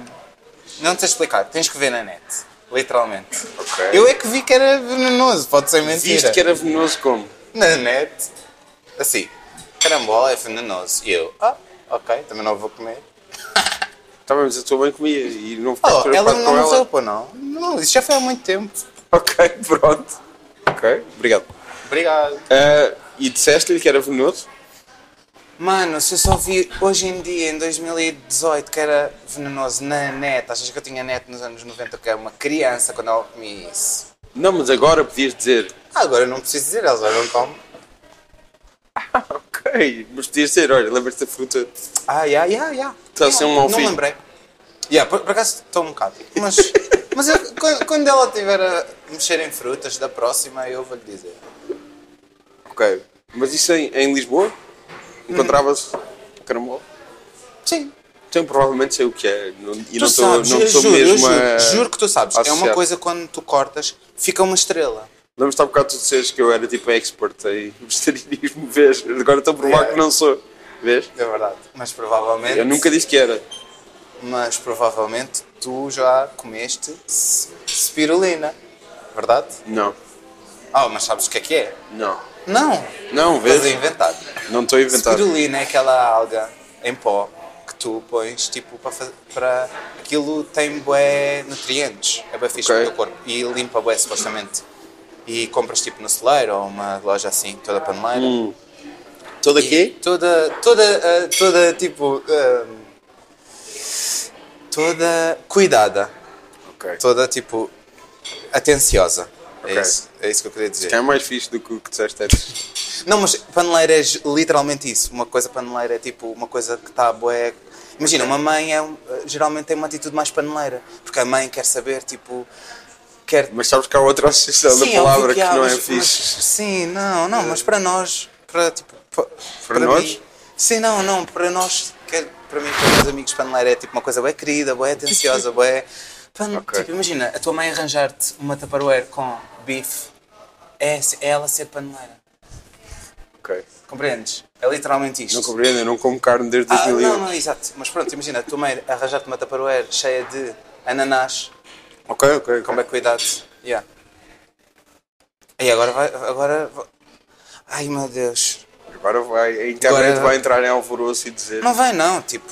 S2: Não te sei explicar, tens que ver na net. Literalmente.
S3: Ok.
S2: Eu é que vi que era venenoso, pode ser mentira.
S3: Viste que era venenoso como?
S2: Na net. Assim, carambola é venenoso. E eu, ah, ok, também não vou comer.
S3: Tá bem, mas a tua mãe comia e não ficaste
S2: Oh, ela
S3: preocupado
S2: não
S3: com
S2: morreu,
S3: ela.
S2: pô, não. Não, isso já foi há muito tempo.
S3: Ok, pronto. Ok, obrigado.
S2: Obrigado.
S3: Ah, e disseste-lhe que era venenoso?
S2: Mano, se eu só vi hoje em dia, em 2018, que era venenoso na net, achas que eu tinha net nos anos 90, que era uma criança quando ela comia isso?
S3: Não, mas agora podias dizer.
S2: Ah, agora eu não preciso dizer, eles olham como.
S3: Ok, mas podias dizer, olha, lembras-te da fruta?
S2: Ah, já, já, já.
S3: Está a ser um mau
S2: Não
S3: filho.
S2: lembrei. Já, por, por acaso estou um bocado. Mas, mas eu- quando, quando ela estiver a mexer em frutas, da próxima, eu vou-lhe dizer.
S3: Ok. Mas isso em, em Lisboa? Encontrava-se
S2: Hum.
S3: carambola?
S2: Sim.
S3: Então provavelmente sei o que é. Não, e
S2: tu
S3: não estou
S2: sabes,
S3: não
S2: eu
S3: estou
S2: juro, eu
S3: mesmo
S2: juro,
S3: a.
S2: juro que tu sabes. É uma
S3: associar.
S2: coisa quando tu cortas, fica uma estrela.
S3: Lembras-te há bocado tu disseres que eu era tipo expert em vegetarianismo, vês? Agora estou a provar
S2: Yeah.
S3: que não sou. Vês?
S2: É verdade. Mas provavelmente.
S3: Eu nunca disse que era.
S2: Mas provavelmente tu já comeste s- spirulina. Verdade?
S3: Não,
S2: Ah, mas sabes o que é que é?
S3: não.
S2: Não.
S3: Não,
S2: Estás a
S3: vês?
S2: inventar.
S3: Não estou a inventar.
S2: Spirulina é aquela alga em pó que tu pões tipo para fazer. Para... Aquilo tem bué nutrientes. É bué fixe
S3: Ok.
S2: para o teu corpo. E limpa bué supostamente. E compras tipo no celeiro ou uma loja assim, toda paneleira.
S3: Hum, Todo
S2: um- E Toda, toda, ah, toda tipo. ahm, toda cuidada,
S3: Ok.
S2: toda tipo. atenciosa.
S3: Ok.
S2: É, isso, é isso que eu queria dizer.
S3: É mais fixe do que o que disseste antes.
S2: Não, mas paneleira é ju- literalmente isso. Uma coisa paneleira é tipo uma coisa que está boé. Imagina, uma mãe é, um- geralmente tem uma atitude mais paneleira, porque a mãe quer saber, tipo. Quer
S3: Mas sabes que há outra associação
S2: Sim, um
S3: da
S2: óbvio
S3: palavra que,
S2: há,
S3: não é
S2: mas-
S3: fixe.
S2: mas- sim, não, não, mas para nós, para tipo, pa- para,
S3: nós?
S2: mim- sim, não, não, para nós, quer, para mim, para os meus amigos paneleira é tipo uma coisa bem querida, bem atenciosa, bem. pan-
S3: Ok.
S2: Tipo, imagina, a tua mãe arranjar-te uma Tupperware com bife, é, se- é ela ser paneleira.
S3: Ok.
S2: Compreendes? É literalmente isto.
S3: Não compreendo, eu não como carne desde
S2: Ah, não,
S3: 2001.
S2: não, exato. Mas pronto, imagina, a tua mãe arranjar-te uma Tupperware cheia de ananás,
S3: Ok, ok.
S2: com bem cuidado. Yeah. E agora vai. Agora. vai- Ai meu Deus.
S3: Agora vai, a internet
S2: Agora-
S3: vai entrar em alvoroço e dizer.
S2: Não vai não, tipo.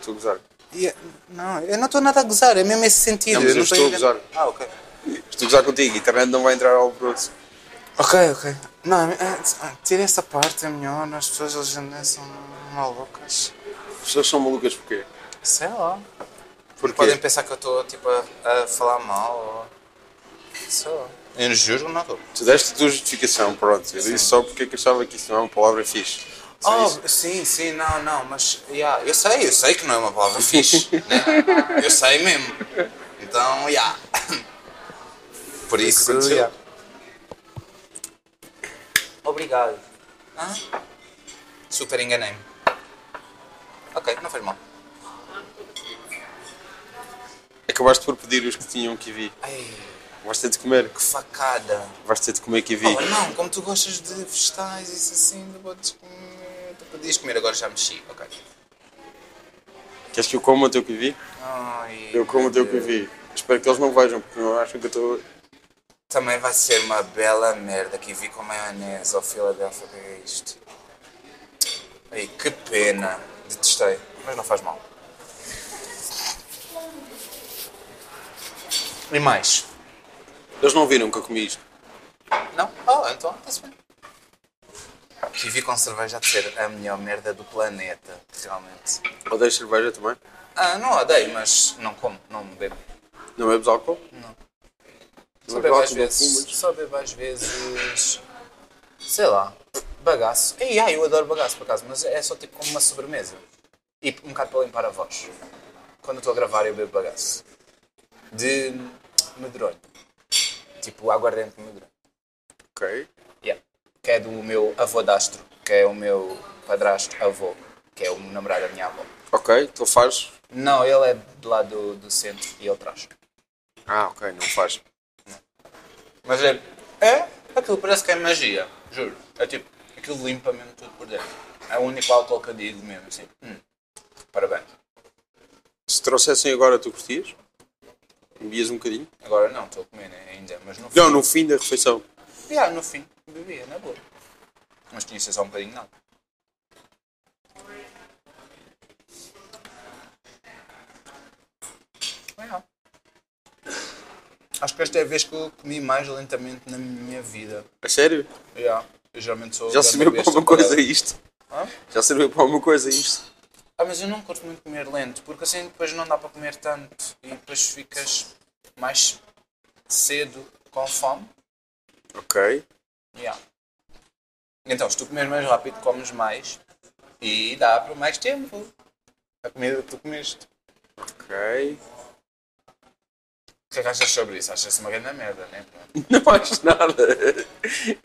S3: Estou a gozar.
S2: e- é, Não, eu não estou nada a gozar, é mesmo esse sentido.
S3: Não, mas eu
S2: tô
S3: estou a
S2: inventando-
S3: gozar.
S2: Ah, ok.
S3: Estou a gozar contigo, a internet não vai entrar em alvoroço.
S2: Ok, ok. Não, é- é- tira essa parte, é melhor, as pessoas eles andam são malucas.
S3: As pessoas são malucas porquê?
S2: Sei lá.
S3: Porquê?
S2: Podem pensar que eu estou tipo a, a falar mal ou. Sei lá. Eu juro que não estou.
S3: Tu deste a tua justificação, pronto. Eu disse só porque é que achava que isso não é uma palavra fixe. Só isso.
S2: Oh, sim, sim, não, não, mas yeah, eu sei, eu sei que não é uma palavra fixe, né? eu sei mesmo. Então, já. Yeah. Por isso.
S3: aconteceu.
S2: yeah. Obrigado. Ah? Super enganei-me. Ok, não faz mal.
S3: Acabaste por pedir os que tinham kiwi.
S2: Ai,
S3: Vais ter de comer.
S2: que facada.
S3: Vais ter de comer kiwi.
S2: Oh, não, como tu gostas de vegetais, isso assim, não podes comer. Tu podias comer, agora já mexi, ok.
S3: Queres que eu coma o teu kiwi?
S2: Ai,
S3: Eu como o teu
S2: meu Deus.
S3: kiwi. Espero que eles não vejam, porque não acham que eu estou.
S2: Também vai ser uma bela merda que vi com maionese ao Philadelphia que é isto. Ai, que pena. Detestei, mas não faz mal. E mais?
S3: Eles não viram que eu comi isto.
S2: Não? Ah, então está-se bem. Kiwi com cerveja há de ser a melhor merda do planeta, realmente.
S3: Odeias cerveja também?
S2: Ah, não odeio, mas não como, não bebo.
S3: Não bebes álcool?
S2: Só
S3: Não
S2: bebo às
S3: gosto, não
S2: vezes.
S3: fumas.
S2: Só bebo às vezes. Sei lá. Bagaço. Ei, ai, eu adoro bagaço por acaso, mas é só tipo como uma sobremesa. E um bocado para limpar a voz. Quando eu estou a gravar, eu bebo bagaço. De medronho. Tipo aguardente de medronho.
S3: Ok.
S2: Yeah. Que é do meu avô dastro, que é o meu padrasto avô, que é o namorado da minha avó.
S3: Ok, então tu fazes?
S2: Não, ele é de lá do, do centro e ele traz.
S3: Ah, ok, não faz.
S2: Mas é, É? Aquilo parece que é magia, juro. É tipo, aquilo limpa mesmo tudo por dentro. É o único álcool que eu digo mesmo, assim. Hum. Parabéns.
S3: Se trouxessem agora, tu curtias? Bebias um bocadinho?
S2: Agora não, estou a comer né, ainda, mas no fim.
S3: Não, no fim da refeição.
S2: Yeah, no fim, bebia, na boa. Mas tinha que ser só um bocadinho, não. Yeah. Acho que esta é a vez que eu comi mais lentamente na minha vida.
S3: A sério?
S2: Yeah. Eu geralmente sou.
S3: Já
S2: grande
S3: serviu para
S2: besta
S3: alguma
S2: para-
S3: coisa isto?
S2: um Hã?
S3: Já serviu para alguma coisa isto?
S2: Ah, mas eu não curto muito comer lento, porque assim depois não dá para comer tanto e depois ficas mais cedo com fome.
S3: Ok.
S2: Yeah. Então, se tu comes mais rápido, comes mais e dá para mais tempo a comida que tu comeste.
S3: Ok.
S2: O que é que achas sobre isso? Achas uma grande merda, né? Pronto.
S3: Não mais nada.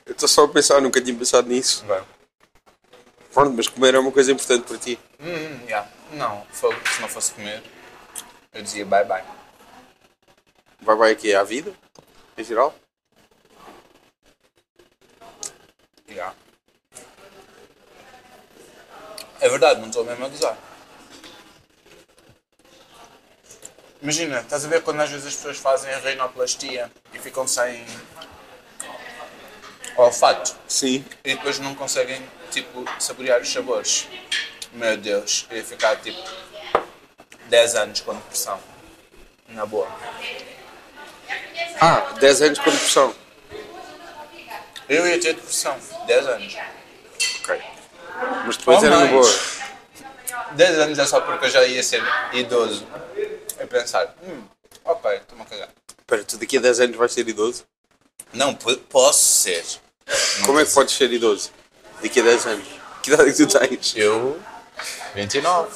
S3: Eu estou só a pensar, nunca tinha pensado nisso.
S2: Bem.
S3: Pronto, mas comer é uma coisa importante para ti.
S2: Hum, yeah. Não, fogo, se não fosse comer, eu dizia bye bye.
S3: Vai, vai aqui à vida, em geral.
S2: Yeah. É verdade, não estou mesmo a gozar. Imagina, estás a ver quando às vezes as pessoas fazem a reinoplastia e ficam sem olfato
S3: Sim.
S2: e depois não conseguem, tipo, saborear os sabores. Meu Deus, eu ia ficar, tipo, 10 anos com depressão. Na boa.
S3: Ah, 10 anos com depressão.
S2: Eu ia ter depressão, 10 anos.
S3: Ok. Mas depois
S2: Oh,
S3: era na
S2: mais.
S3: boa.
S2: 10 anos é só porque eu já ia ser idoso. Eu pensar, hum, ok, estou-me a cagar.
S3: Espera, tu daqui a 10 anos vais ser idoso?
S2: Não, po- posso ser.
S3: Como é que podes ser idoso? Daqui a 10 anos. Que idade é que tu tens?
S2: Eu, 29.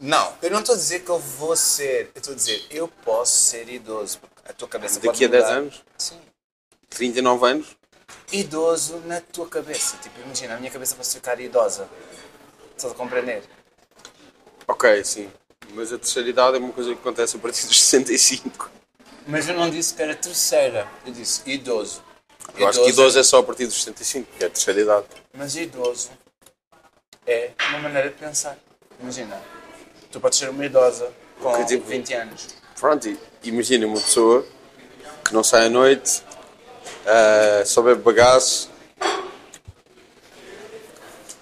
S2: Não, eu não estou a dizer que eu vou ser. Eu estou a dizer, eu posso ser idoso. porque A tua cabeça
S3: Daqui
S2: pode
S3: a 10
S2: mudar.
S3: anos?
S2: Sim.
S3: 39 anos?
S2: Idoso na tua cabeça. Tipo, imagina, a minha cabeça posso ficar idosa. Estás a compreender?
S3: Ok, sim. Mas a terceira idade é uma coisa que acontece a partir dos 65.
S2: Mas eu não disse que era terceira. Eu disse idoso.
S3: Eu acho que idoso é só a partir dos 65, que é a terceira idade.
S2: Mas idoso é uma maneira de pensar. Imagina, tu podes ser uma idosa com
S3: Que tipo?
S2: 20 anos.
S3: Pronto, e- imagina uma pessoa que não sai à noite, ah, só bebe bagaço.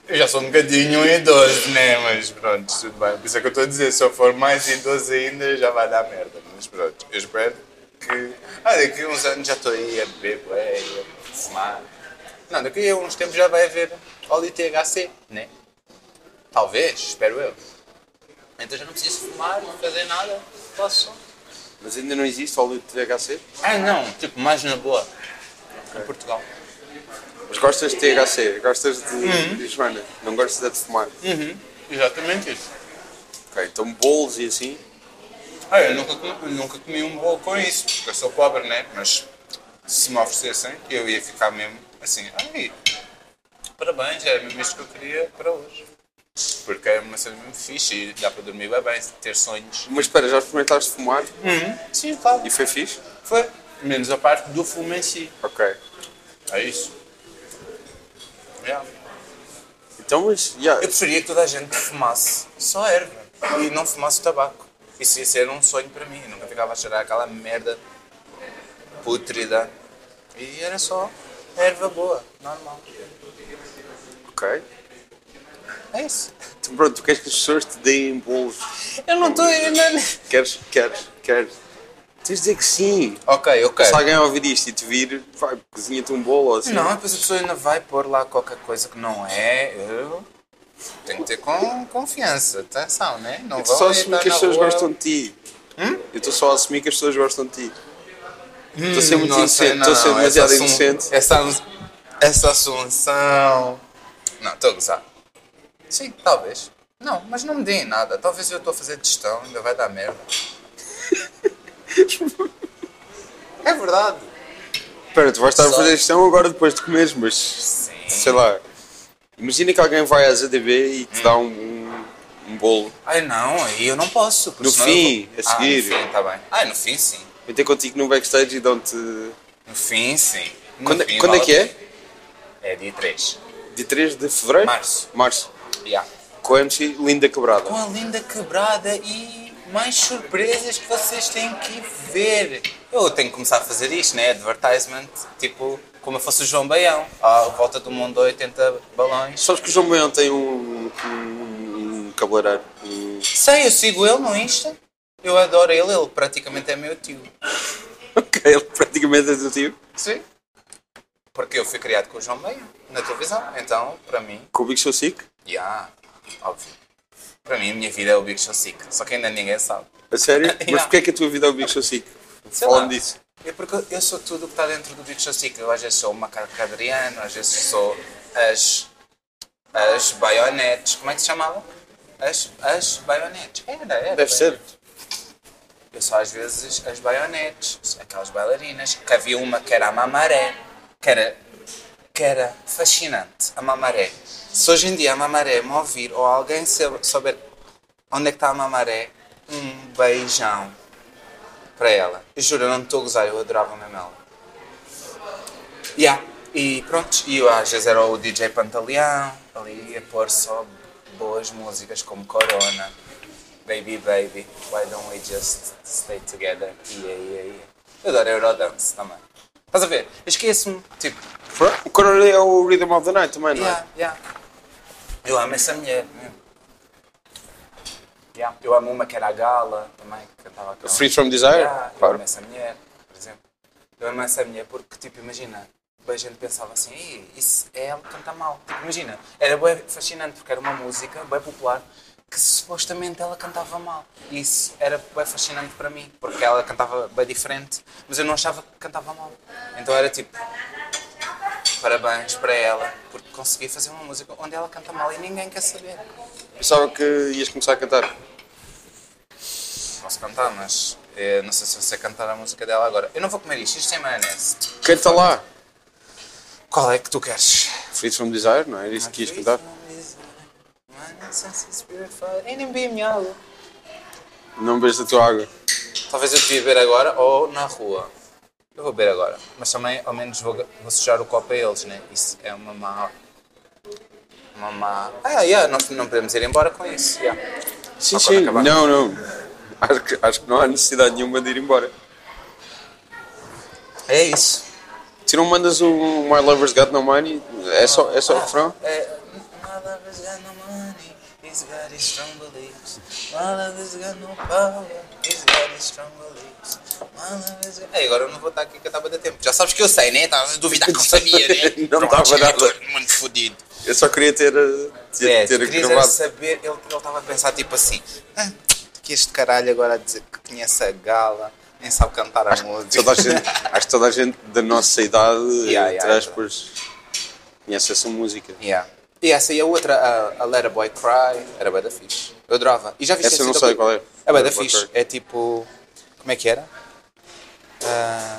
S2: Eu já sou um bocadinho idoso, né? Mas pronto, tudo bem. Por isso é que eu estou a dizer, se eu for mais idoso ainda, já vai dar merda. Mas pronto, eu espero que. Ah, daqui a uns anos já estou aí a beber, bué, e a fumar. Não, daqui a uns tempos já vai haver óleo THC, né? Talvez, espero eu. Então já não preciso fumar, não fazer nada, posso só.
S3: Mas ainda não existe óleo de THC?
S2: Ah, não, tipo, mais na boa. Em Portugal.
S3: Mas gostas de THC? Gostas de, de Joana? Não gostas é de fumar?
S2: Exatamente isso.
S3: Ok, então bolos e assim.
S2: Ah, eu nunca, comi- nunca comi um bolo com isso, porque eu sou pobre, né? Mas se me oferecessem, eu ia ficar mesmo assim. Ai, parabéns, era mesmo isto que eu queria para hoje. Porque é uma cena mesmo fixe e dá para dormir bem, bem ter sonhos.
S3: Mas espera, já experimentaste fumar
S2: Sim, claro.
S3: e foi fixe?
S2: Tipo, Foi. Menos a parte do fumo em si.
S3: Ok.
S2: É isso. Yeah.
S3: Então, mas, yeah,
S2: Eu preferia que toda a gente fumasse só erva e não fumasse tabaco. Isso ia ser um sonho para mim. Eu nunca ficava a cheirar aquela merda pútrida. E era só erva boa, normal.
S3: ok.
S2: É isso.
S3: Então, pronto, tu queres que as pessoas te deem bolos?
S2: Eu não estou ainda.
S3: Queres, queres, queres? Tens de dizer que sim.
S2: Ok, ok.
S3: Se alguém ouvir isto e te vir, vai, cozinha-te um bolo ou assim.
S2: Não, depois a pessoa ainda vai pôr lá qualquer coisa que não é. Eu tenho que ter com, confiança, atenção, né? Não
S3: Eu estou só a
S2: ir
S3: assumir que
S2: na
S3: as pessoas
S2: rua-
S3: gostam de ti. Eu estou só a assumir que as pessoas gostam de ti. Estou a ser muito
S2: Não sei,
S3: inocente, estou a ser
S2: não,
S3: demasiado
S2: essa assum-
S3: inocente.
S2: Essa, essa assunção. Não, estou a gozar. Sim, talvez. Não, mas não me deem nada. Talvez eu estou a fazer gestão, ainda vai dar merda. é verdade.
S3: Espera, tu vais estar a
S2: Só-
S3: fazer gestão agora depois de comeres, mas sei lá. Imagina que alguém vai à ZDB e te dá um, um, um bolo.
S2: Ai não, aí eu não posso. porque
S3: No
S2: senão eu
S3: fim,
S2: vou-
S3: a seguir.
S2: Ah, no fim, está bem. Ah, no fim sim.
S3: Vou ter contigo no backstage e dão-te
S2: No fim, sim. No
S3: Quando,
S2: fim,
S3: quando é
S2: vale
S3: que
S2: a
S3: é?
S2: pena. É dia 3.
S3: De 3 de fevereiro?
S2: Março.
S3: Março.
S2: Yeah.
S3: Com a MC Linda Quebrada.
S2: Com a linda quebrada e mais surpresas que vocês têm que ver. Eu tenho que começar a fazer isto, né? Advertisement, tipo, como eu fosse o João Baião, à volta do mundo 80 balões.
S3: Sabes que o João Baião tem um, um, um cabeleireiro. Um-
S2: Sei, eu sigo ele no Insta. Eu adoro ele, ele praticamente é meu tio.
S3: Ok, ele praticamente é do tio.
S2: Sim. Porque eu fui criado com o João Baião na televisão. Então, para mim,
S3: Com o Big Show Sick.
S2: yeah, óbvio. Para mim, a minha vida é o Big Show Sick. Só que ainda ninguém sabe.
S3: A sério? Mas
S2: Yeah.
S3: porquê é que a tua vida é o Big Show Sick?
S2: Sei lá.
S3: Fala-me disso.
S2: É porque eu sou tudo o que está dentro do Big Show Sick. Eu às vezes sou o macaco adriano, às vezes sou as. as baionetes. Como é que se chamavam? As, as baionetes. Era, era.
S3: Deve ser.
S2: Eu sou às vezes as baionetes, aquelas bailarinas. Que havia uma que era a mamaré, que era, que era fascinante, a mamaré. Se hoje em dia a mamaré me ouvir ou alguém sou- souber onde é que está a mamaré, um beijão para ela. Eu juro, eu não estou a gozar, eu adorava mesmo ela. Yeah. E pronto, e eu às vezes era o DJ Pantaleão, ali a pôr só boas músicas como Corona, Baby Baby, Why Don't We Just Stay Together, e aí, aí. Eu adoro Eurodance também. Estás a ver? Eu Esqueço-me, tipo,
S3: Pronto, O Coronel é o Rhythm of the Night também, não é?
S2: yeah, yeah. Eu amo essa mulher mesmo. Yeah. Eu amo uma que era a Gala também, que cantava aquela.
S3: Free from Desire?
S2: Ah, Eu
S3: É, Claro.
S2: amo essa mulher, por exemplo. Eu amo essa mulher porque, tipo, imagina, bem, a gente pensava assim, "Ih, isso é ela que canta mal. Tipo, imagina, era bem fascinante porque era uma música bem popular que supostamente ela cantava mal. E isso era bem fascinante para mim, porque ela cantava bem diferente, mas eu não achava que cantava mal. Então era tipo, parabéns para ela, porque consegui fazer uma música onde ela canta mal e ninguém quer saber.
S3: Pensava que ias começar a cantar.
S2: Posso cantar, mas eh, não sei se você cantar a música dela agora. Eu não vou comer isto, isto é maionese.
S3: Canta tá lá.
S2: Qual é que tu queres?
S3: Free from Desire, não é? Era isso que
S2: Ah,
S3: ias cantar? Não bebes da tua água.
S2: Talvez eu devia beber agora ou na rua. Eu vou beber agora. Mas também, ao menos, vou, vou sujar o copo a eles, né? Isso é uma má. Uma má. Ah, yeah, não, não podemos ir embora com isso. yeah.
S3: Sim,
S2: Só quando
S3: sim.
S2: acabar.
S3: Ah, Não, não. Acho que, acho que não há necessidade nenhuma de ir embora.
S2: É isso.
S3: Se não mandas o My Lover's Got No Money, é só, é só o refrão?
S2: É, My love has got no money, he's got his strong beliefs. My love has got no power, he's got his strong beliefs. My love has got... Ei, agora eu não vou estar aqui que eu estava a tempo. Já sabes que eu sei, né? Estava a duvidar que eu sabia, né?
S3: Não
S2: Pronto,
S3: estava nada.
S2: todo Muito fodido.
S3: Eu só queria ter, eh, ter,
S2: É,
S3: ter
S2: se querias era
S3: gravado.
S2: saber, ele ele estava a pensar tipo assim, "Ah, que este caralho agora a dizer que conhece a gala, nem sabe cantar a música.
S3: Toda a gente- acho que toda a gente da nossa idade, eh,
S2: Yeah,
S3: entre
S2: yeah,
S3: aspas, conhece essa música.
S2: Yeah. E essa e a outra, a, a Let a Boy Cry, era bué da fixe. Eu adorava. E já viste
S3: Essa eu não sei
S2: videoclip?
S3: qual é.
S2: É bué da
S3: Let a Boy
S2: fixe.
S3: Cry.
S2: É tipo... Como é que era? Ah,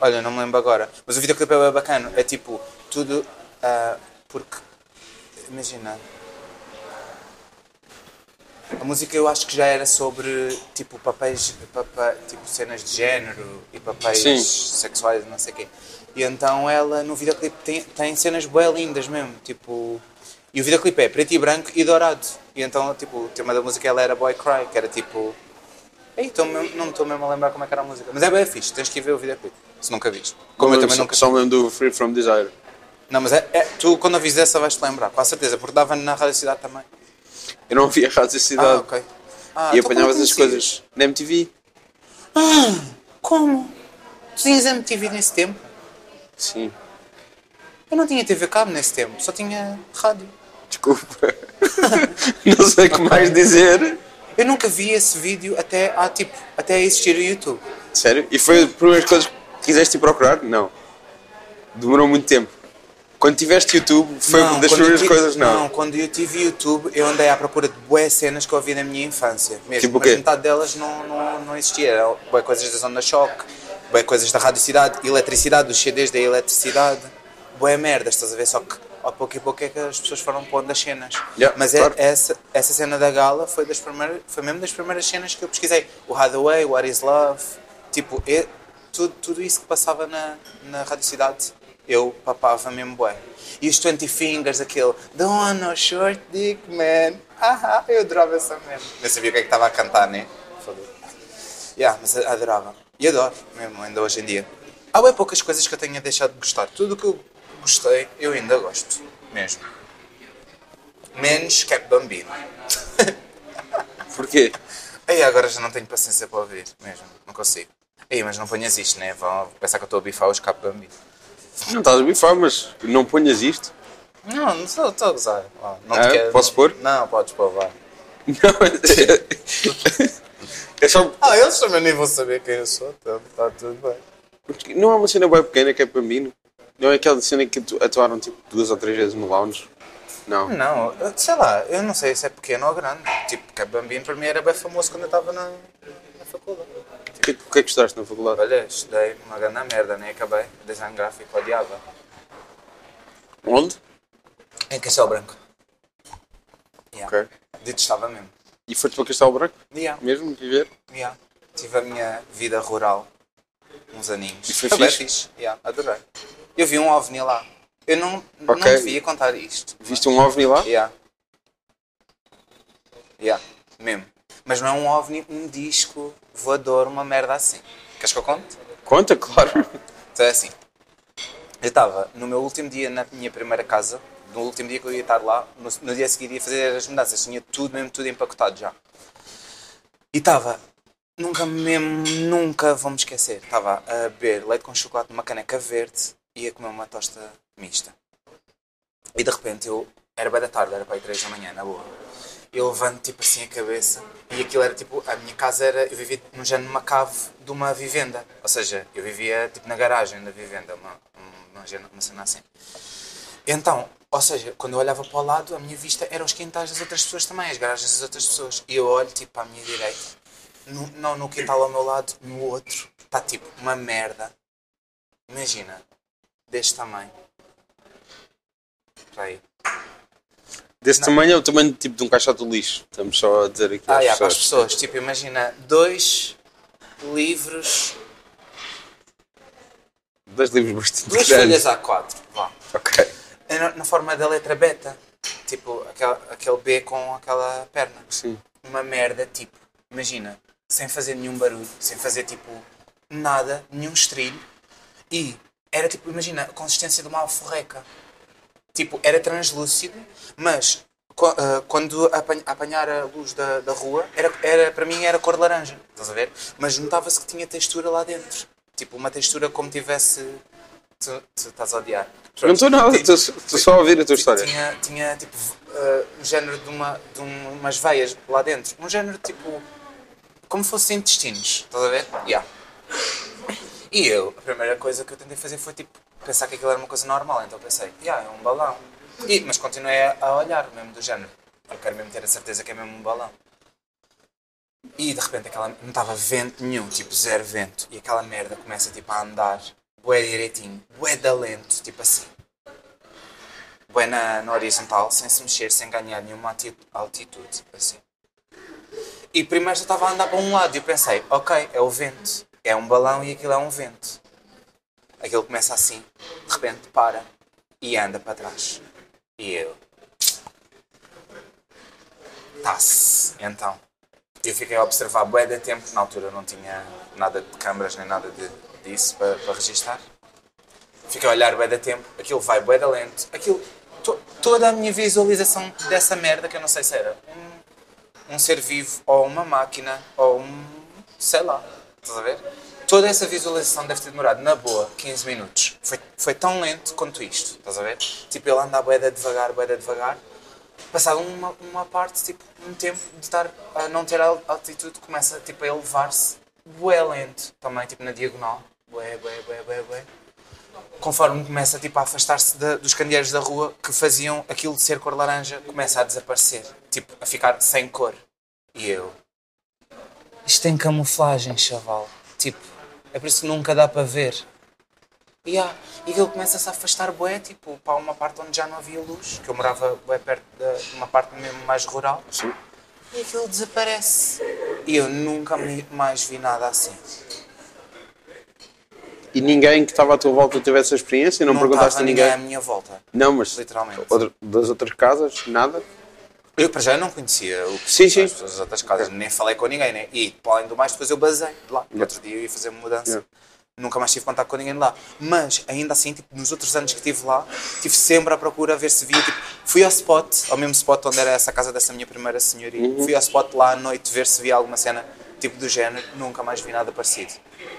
S2: Olha, não me lembro agora. Mas o videoclipe é bué bacana. É tipo, tudo... ah, porque... Imagina... A música eu acho que já era sobre, tipo, papéis... Papa, tipo, cenas de género e papéis
S3: Sim.
S2: sexuais, não sei o quê. E então ela no videoclipe tem, tem cenas bem lindas mesmo, tipo. E o videoclipe é preto e branco e dourado. E então, tipo, o tema da música ela era Boy Cry, que era tipo. Ei, tô mesmo- não me estou mesmo a lembrar como é que era a música. Mas é bem fixe, tens que ir ver o videoclipe, se nunca viste. Como eu também
S3: só-
S2: nunca.
S3: Só me lembro do Free From Desire.
S2: Não, mas é, é- tu quando ouvires essa vais-te lembrar, com a certeza, porque dava na Rádio Cidade também.
S3: Eu não via Rádio
S2: Ah,
S3: Cidade e
S2: ok. Ah, então como
S3: apanhavas as
S2: conhecias?
S3: coisas na MTV.
S2: Como? Tu tinhas MTV nesse tempo?
S3: Sim,
S2: Eu não tinha TV cabo nesse tempo, só tinha rádio.
S3: desculpa. não sei o que mais dizer.
S2: Eu nunca vi esse vídeo até, há, tipo, até existir o YouTube.
S3: Sério? E foi as primeiras coisas que quiseste ir procurar? Não. Demorou muito tempo. Quando tiveste YouTube, foi
S2: Não,
S3: das
S2: quando
S3: primeiras
S2: eu tive-
S3: coisas? Não.
S2: quando eu tive YouTube, eu andei à procura de bué cenas que eu ouvi na minha infância. Mesmo,
S3: Tipo o
S2: mas
S3: quê?
S2: metade delas não, não, não existia. Eram bué coisas da Zona Choque, bué coisas da Rádio Cidade, eletricidade, os CDs da eletricidade. Bué merdas, estás a ver? Só que ao pouco e pouco é que as pessoas foram pondo as cenas.
S3: Yeah,
S2: mas é-
S3: claro.
S2: essa, essa cena da gala foi, das primeiras, foi mesmo das primeiras cenas que eu pesquisei. O Hathaway, What is Love, tipo... e- tudo, tudo isso que passava na, na Rádio Cidade, eu papava mesmo bem. E os 20 Fingers, aquele Don't know short dick man. Ah, ah, eu adorava essa mesmo. Não sabia o que é que estava a cantar, né? Foda-se. Yeah, mas adorava. E adoro mesmo, ainda hoje em dia. Há bem poucas coisas que eu tenha deixado de gostar. Tudo o que eu gostei, eu ainda gosto. Mesmo. Menos Cap Bambino.
S3: Porquê?
S2: Aí agora já não tenho paciência para ouvir, mesmo. Não consigo. Aí, mas não ponhas isto, né? Vão pensar que eu estou a bifar os Cap Bambino.
S3: Não estás a bifar, mas não ponhas isto.
S2: Não, não estou estou a gozar. Vá, Não
S3: Ah,
S2: te quero-
S3: posso pôr?
S2: Não, podes pôr, vá.
S3: Não, é só.
S2: Ah, eles também nem vão saber quem eu sou, então está tudo bem.
S3: porque Não há uma cena bem pequena que é para mim. Não é aquela cena que atu- atuaram tipo duas ou três vezes no lounge. Não.
S2: Não, eu- sei lá, eu não sei se é pequeno ou grande. Tipo, Cap Bambino para mim era bem famoso quando eu estava na, na faculdade.
S3: O que, é que- o que é que gostaste na faculdade?
S2: Olha, estudei uma grande merda, nem acabei. Design gráfico, odiava.
S3: Onde? É
S2: Em Castelo Branco. Yeah.
S3: Ok.
S2: Detestava mesmo.
S3: E foste para Castelo Branco
S2: Yeah,
S3: mesmo viver?
S2: yeah. Tive a minha vida rural, uns aninhos.
S3: E foi
S2: bem
S3: fixe?
S2: Yeah, adorei. Eu vi um ovni lá. Eu não, não
S3: Ok.
S2: devia contar isto.
S3: Viste um ovni lá?
S2: Yeah. Yeah, mesmo. Mas não é um ovni, um disco voador, uma merda assim. Queres que eu conte?
S3: Conta, claro.
S2: Então é assim. Eu estava no meu último dia na minha primeira casa, no último dia que eu ia estar lá, no, no dia seguinte ia fazer as mudanças, tinha tudo, mesmo tudo empacotado já. E estava, nunca mesmo, nunca vou me esquecer, estava a beber leite com chocolate numa caneca verde e a comer uma tosta mista. E de repente eu, era bem da tarde, era para aí 3 da manhã, na boa. Eu levanto tipo assim a cabeça e aquilo era tipo, a minha casa era, eu vivia num género numa cave de uma vivenda. Ou seja, eu vivia tipo na garagem da vivenda, uma, uma, género- uma cena assim. Então, ou seja, quando eu olhava para o lado, a minha vista era os quintais das outras pessoas também, as garagens das outras pessoas. E eu olho tipo para a minha direita, no- não no quintal ao meu lado, no outro, está tipo uma merda. Imagina, deste tamanho. Espera aí.
S3: Desse tamanho é o tamanho tipo de um caixote de lixo. Estamos só a dizer aqui
S2: Ah,
S3: às
S2: yeah, para as
S3: pessoas.
S2: pessoas. Tipo, imagina dois livros,
S3: Dois livros bastante
S2: duas
S3: grandes.
S2: folhas A4, vá.
S3: Ok.
S2: É na- Na forma da letra beta. Tipo, aquela, aquele B com aquela perna.
S3: Sim.
S2: Uma merda, tipo, imagina, sem fazer nenhum barulho, sem fazer tipo nada, nenhum estrilho. E era tipo, imagina, a consistência de uma alforreca. Tipo, era translúcido, mas co- ah, quando apan- apanhar a luz da, da rua, era, era, para mim era cor de laranja, estás a ver? Mas notava-se que tinha textura lá dentro. Tipo, uma textura como tivesse. Tu, tu estás a odiar.
S3: Não estou nada,
S2: Tipo,
S3: estou estou só a ouvir a tua história.
S2: tinha, tinha tipo eh, um género de, uma, de um- umas veias lá dentro. Um género tipo. Como fossem intestinos, estás a ver? Yeah. E eu, a primeira coisa que eu tentei fazer foi tipo pensar que aquilo era uma coisa normal, então pensei, yeah, é um balão. E, mas continuei a, a olhar mesmo do género. Eu quero mesmo ter a certeza que é mesmo um balão. E de repente aquela não estava vento nenhum, tipo zero vento. E aquela merda começa tipo a andar, bué direitinho, bué da lento, tipo assim bem na, na horizontal, sem se mexer, sem ganhar nenhuma ati- altitude, assim. E primeiro já estava a andar para um lado e eu pensei, ok, é o vento, é um balão e aquilo é um vento. Aquilo começa assim, de repente para e anda para trás. E eu. Tá-se, então. Eu fiquei a observar bué de tempo, na altura não tinha nada de câmaras nem nada de, disso para, para registar. Fiquei a olhar bué da tempo, aquilo vai bué da lento, aquilo... to- toda a minha visualização dessa merda, que eu não sei se era um, um ser vivo, ou uma máquina, ou um... sei lá, estás a ver? Toda essa visualização deve ter demorado, na boa, 15 minutos. Foi, foi tão lento quanto isto, estás a ver? Tipo, ele anda a bué da devagar, bué da devagar, passado uma, uma parte, tipo, um tempo de estar a não ter al- altitude, começa tipo, a elevar-se bué lento, também, tipo, na diagonal. Bué, bué, bué, bué, bué conforme começa tipo, a afastar-se da- dos candeeiros da rua que faziam aquilo de ser cor laranja, começa a desaparecer, tipo, a ficar sem cor. E eu. Isto tem camuflagem, chaval. Tipo, é por isso que nunca dá para ver. E há, e aquilo começa-se a afastar bué, tipo, para uma parte onde já não havia luz, que eu morava bué perto da- de uma parte mesmo mais rural.
S3: Sim.
S2: E aquilo desaparece. E eu nunca me- mais vi nada assim.
S3: e ninguém que estava à tua volta teve essa experiência? Não,
S2: Não
S3: perguntaste a
S2: estava
S3: ninguém?
S2: à minha volta,
S3: Não, mas
S2: literalmente.
S3: outra- das outras casas, nada?
S2: Eu para já não conhecia o que
S3: Sim,
S2: são as
S3: sim.
S2: pessoas das outras casas, nem falei com ninguém. Né? E para além do mais, depois eu basei de lá. No outro dia eu ia fazer uma mudança.
S3: Yeah.
S2: Nunca mais tive contato com ninguém de lá. Mas ainda assim, tipo, nos outros anos que estive lá, estive sempre à procura a ver se via. Tipo, fui ao spot, ao mesmo spot onde era essa casa dessa minha primeira senhoria.
S3: Uhum.
S2: Fui ao spot lá à noite ver se via alguma cena tipo do género. Nunca mais vi nada parecido.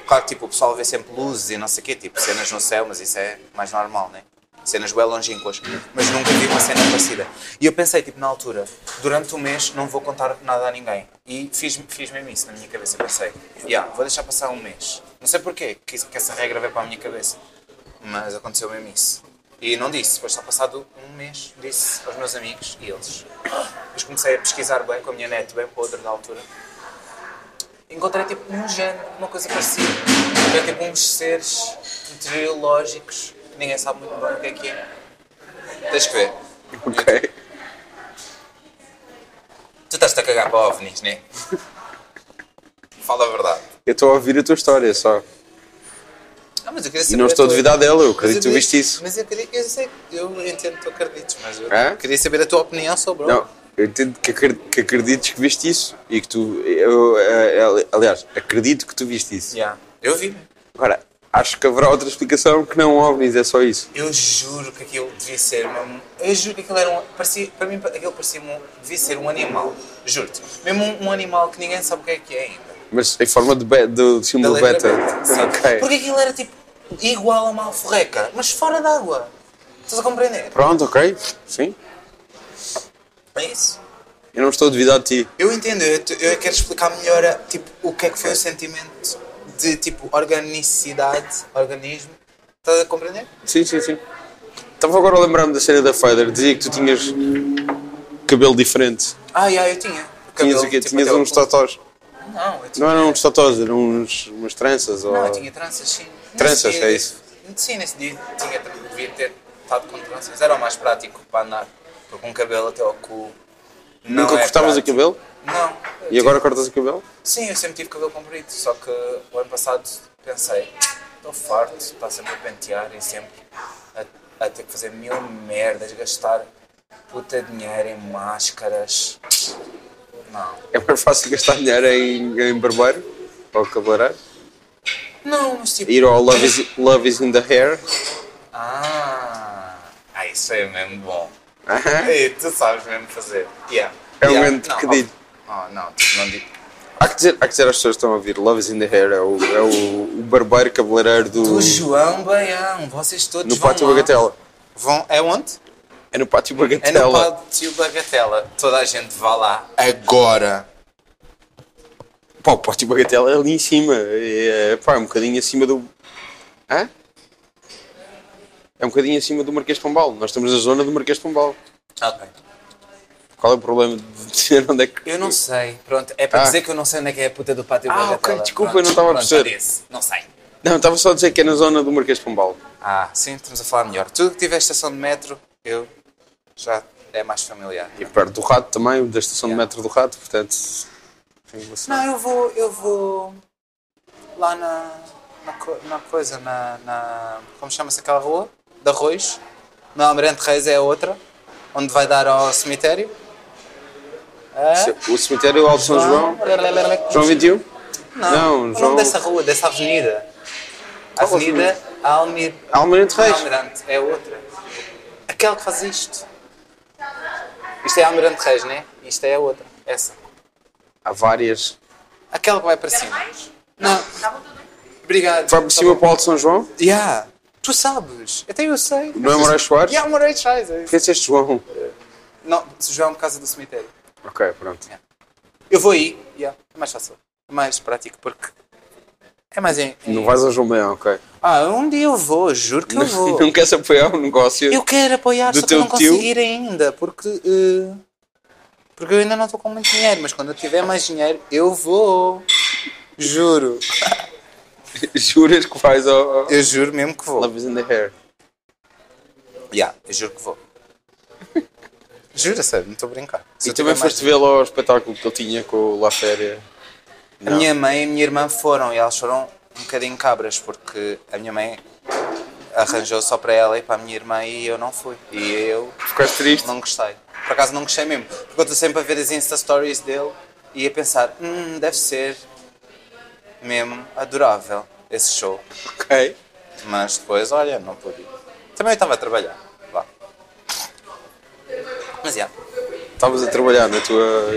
S2: Claro que tipo, o pessoal vê sempre luzes e não sei o quê, tipo cenas no céu, mas isso é mais normal, né? cenas bem longínquas, mas nunca vi uma cena parecida. E eu pensei, tipo, na altura, durante o mês não vou contar nada a ninguém. E fiz, fiz mesmo isso na minha cabeça. Eu pensei, yeah, vou deixar passar um mês. Não sei porquê que, isso- que essa regra veio para a minha cabeça, mas aconteceu mesmo isso. E não disse, depois só passado um mês, disse aos meus amigos e eles. Depois comecei a pesquisar bem com a minha net, bem podre na altura. Encontrei tipo um género, uma coisa parecida. Encontrei tipo uns seres meteorológicos que ninguém sabe muito bem o que é que é. Tens que ver.
S3: Ok.
S2: Tu estás-te a cagar para ovnis, né? Fala a verdade.
S3: Eu estou a ouvir a tua história só.
S2: Ah, mas eu queria
S3: E não estou a duvidar dela, eu acredito que tu viste isso.
S2: Mas eu queria, eu sei, eu entendo que tu acredites, mas eu
S3: Hã?
S2: queria saber a tua opinião sobre
S3: Não, eu entendo que, acred- que acredites que viste isso e que tu. eu, eh, ali- aliás, acredito que tu viste isso.
S2: Yeah. Eu vi.
S3: Agora, acho que haverá outra explicação que não ovnis, é só isso.
S2: Eu juro que aquilo devia ser mesmo. Eu juro que aquilo era um. Parecia, para mim, aquilo parecia um, devia ser um animal. Juro-te. Mesmo um, um animal que ninguém sabe o que é que é ainda.
S3: Mas em forma de, be- do símbolo
S2: letra
S3: beta.
S2: Sim.
S3: Ok.
S2: Porque aquilo era tipo igual a uma alforreca, mas fora d'água. Estás a compreender?
S3: Pronto, ok. Sim.
S2: É isso.
S3: Eu não estou a duvidar de ti.
S2: Eu entendo, eu, te- eu quero explicar melhor a, tipo, o que é que foi o sentimento de tipo organicidade, organismo. Estás a compreender?
S3: Sim, sim, sim. Estava agora a lembrar-me da cena da Fader. Dizia que tu tinhas cabelo diferente.
S2: Ah, yeah, eu tinha.
S3: Tinhas
S2: Cabelo,
S3: o quê?
S2: tipo,
S3: tinhas
S2: até ao
S3: uns
S2: pulo.
S3: totós.
S2: Não, é? eu tinha.
S3: Não eram uns totós, eram uns, umas tranças. ou...
S2: Não, eu tinha tranças, sim. Nesse
S3: Tranças,
S2: dia-
S3: é isso?
S2: Sim, nesse dia tinha, devia ter estado com tranças. Era o mais prático para andar, porque um cabelo até ao cu. não
S3: Nunca
S2: é
S3: cortavas o
S2: prático.
S3: cabelo?
S2: Não. eu
S3: E agora cortas o cabelo?
S2: Sim, eu sempre tive cabelo comprido, só que o ano passado pensei, estou farto, está sempre a pentear e sempre a, a ter que fazer mil merdas, gastar puta dinheiro em máscaras. Não.
S3: É mais fácil gastar dinheiro em, em barbeiro ou cabeleireiro.
S2: Não, mas tipo.
S3: Ir ao Love is, Love is in the Hair.
S2: Ah, ah, isso é mesmo bom.
S3: Aham.
S2: Ei, tu sabes mesmo fazer. Yeah.
S3: É um
S2: yeah.
S3: momento que digo.
S2: Oh, não, tipo, não digo.
S3: Há que, dizer, há que dizer às pessoas que estão a ouvir: Love is in the Hair é o, é o, o barbeiro cabeleireiro do.
S2: Do João Baião, vocês todos
S3: no
S2: vão
S3: Pátio
S2: lá.
S3: Bagatela.
S2: Vão, é onde?
S3: É no Pátio
S2: É no
S3: Bagatela.
S2: Pátio Bagatela. Toda a gente vá lá. Agora.
S3: Pá, o Pátio Bagatela é ali em cima. É, pá, é um bocadinho acima do. Hã? É um bocadinho acima do Marquês de Pombal. Nós estamos na zona do Marquês de Pombal.
S2: Ah, Ok.
S3: Qual é o problema de dizer onde é que.
S2: Eu não sei. Pronto, é para
S3: Ah.
S2: dizer que eu não sei onde é que é a puta do Pátio
S3: Ah,
S2: Bagatela.
S3: ok, desculpa,
S2: Pronto,
S3: eu não estava a
S2: pronto,
S3: perceber.
S2: disse. Não sei.
S3: Não, estava só a dizer que é na zona do Marquês de Pombal.
S2: Ah, sim, estamos a falar melhor. Tu que tiveste estação de metro, eu já é mais familiar.
S3: E perto do rato também, da estação de metro do rato, portanto.
S2: Não, eu vou. Eu vou. Lá na. Na, co- na coisa, na, na. Como chama-se aquela rua? De Arroz. Na Almirante Reis é a outra. Onde vai dar ao cemitério. É?
S3: O cemitério Alto São João. João 21? Não,
S2: o
S3: João-
S2: nome dessa rua, dessa avenida.
S3: Qual
S2: Avenida Almir...
S3: Almirante Reis.
S2: Almirante, é outra. Aquela que faz isto. Isto é Almirante Reis, né? Isto é a outra. Essa.
S3: Há várias.
S2: Aquela que vai para cima. Não. Obrigado.
S3: Vai por cima para o Alto São João?
S2: Yeah. Tu sabes. Até eu sei.
S3: Não é Moraes Soares?
S2: Yeah, Moraes Reis. é isso.
S3: Quem é este João?
S2: Não, se João por causa do cemitério.
S3: Ok, pronto.
S2: Eu vou aí. Yeah. É mais fácil. É mais prático porque... É mais em... em-
S3: Não vais ao João Baião, ok.
S2: Ah, um dia eu vou, juro que eu vou.
S3: Não queres apoiar o negócio?
S2: Eu quero apoiar,
S3: Do
S2: só que
S3: teu
S2: eu não
S3: tio?
S2: conseguir ainda, porque. eh, porque eu ainda não estou com muito dinheiro, mas quando eu tiver mais dinheiro, eu vou. Juro.
S3: Juras que vais ao.
S2: Eu juro mesmo que vou.
S3: Love is in the hair.
S2: Yeah, eu juro que vou. Juro, a sério, não estou a brincar. Se
S3: E
S2: eu
S3: também
S2: tiver mais
S3: foste vê-lo ao espetáculo que ele tinha com o La Féria.
S2: dinheiro- A minha mãe e a minha irmã foram e elas foram um bocadinho cabras, porque a minha mãe arranjou só para ela e para a minha irmã e eu não fui. E eu
S3: Ficaste triste?
S2: não gostei. Por acaso não gostei mesmo. Porque eu estou sempre a ver as Insta Stories dele e a pensar, hum, deve ser mesmo adorável esse show.
S3: Ok.
S2: Mas depois, olha, não pude. ir. Também eu estava a trabalhar. Vá. Mas já.
S3: Estavas a trabalhar na tua.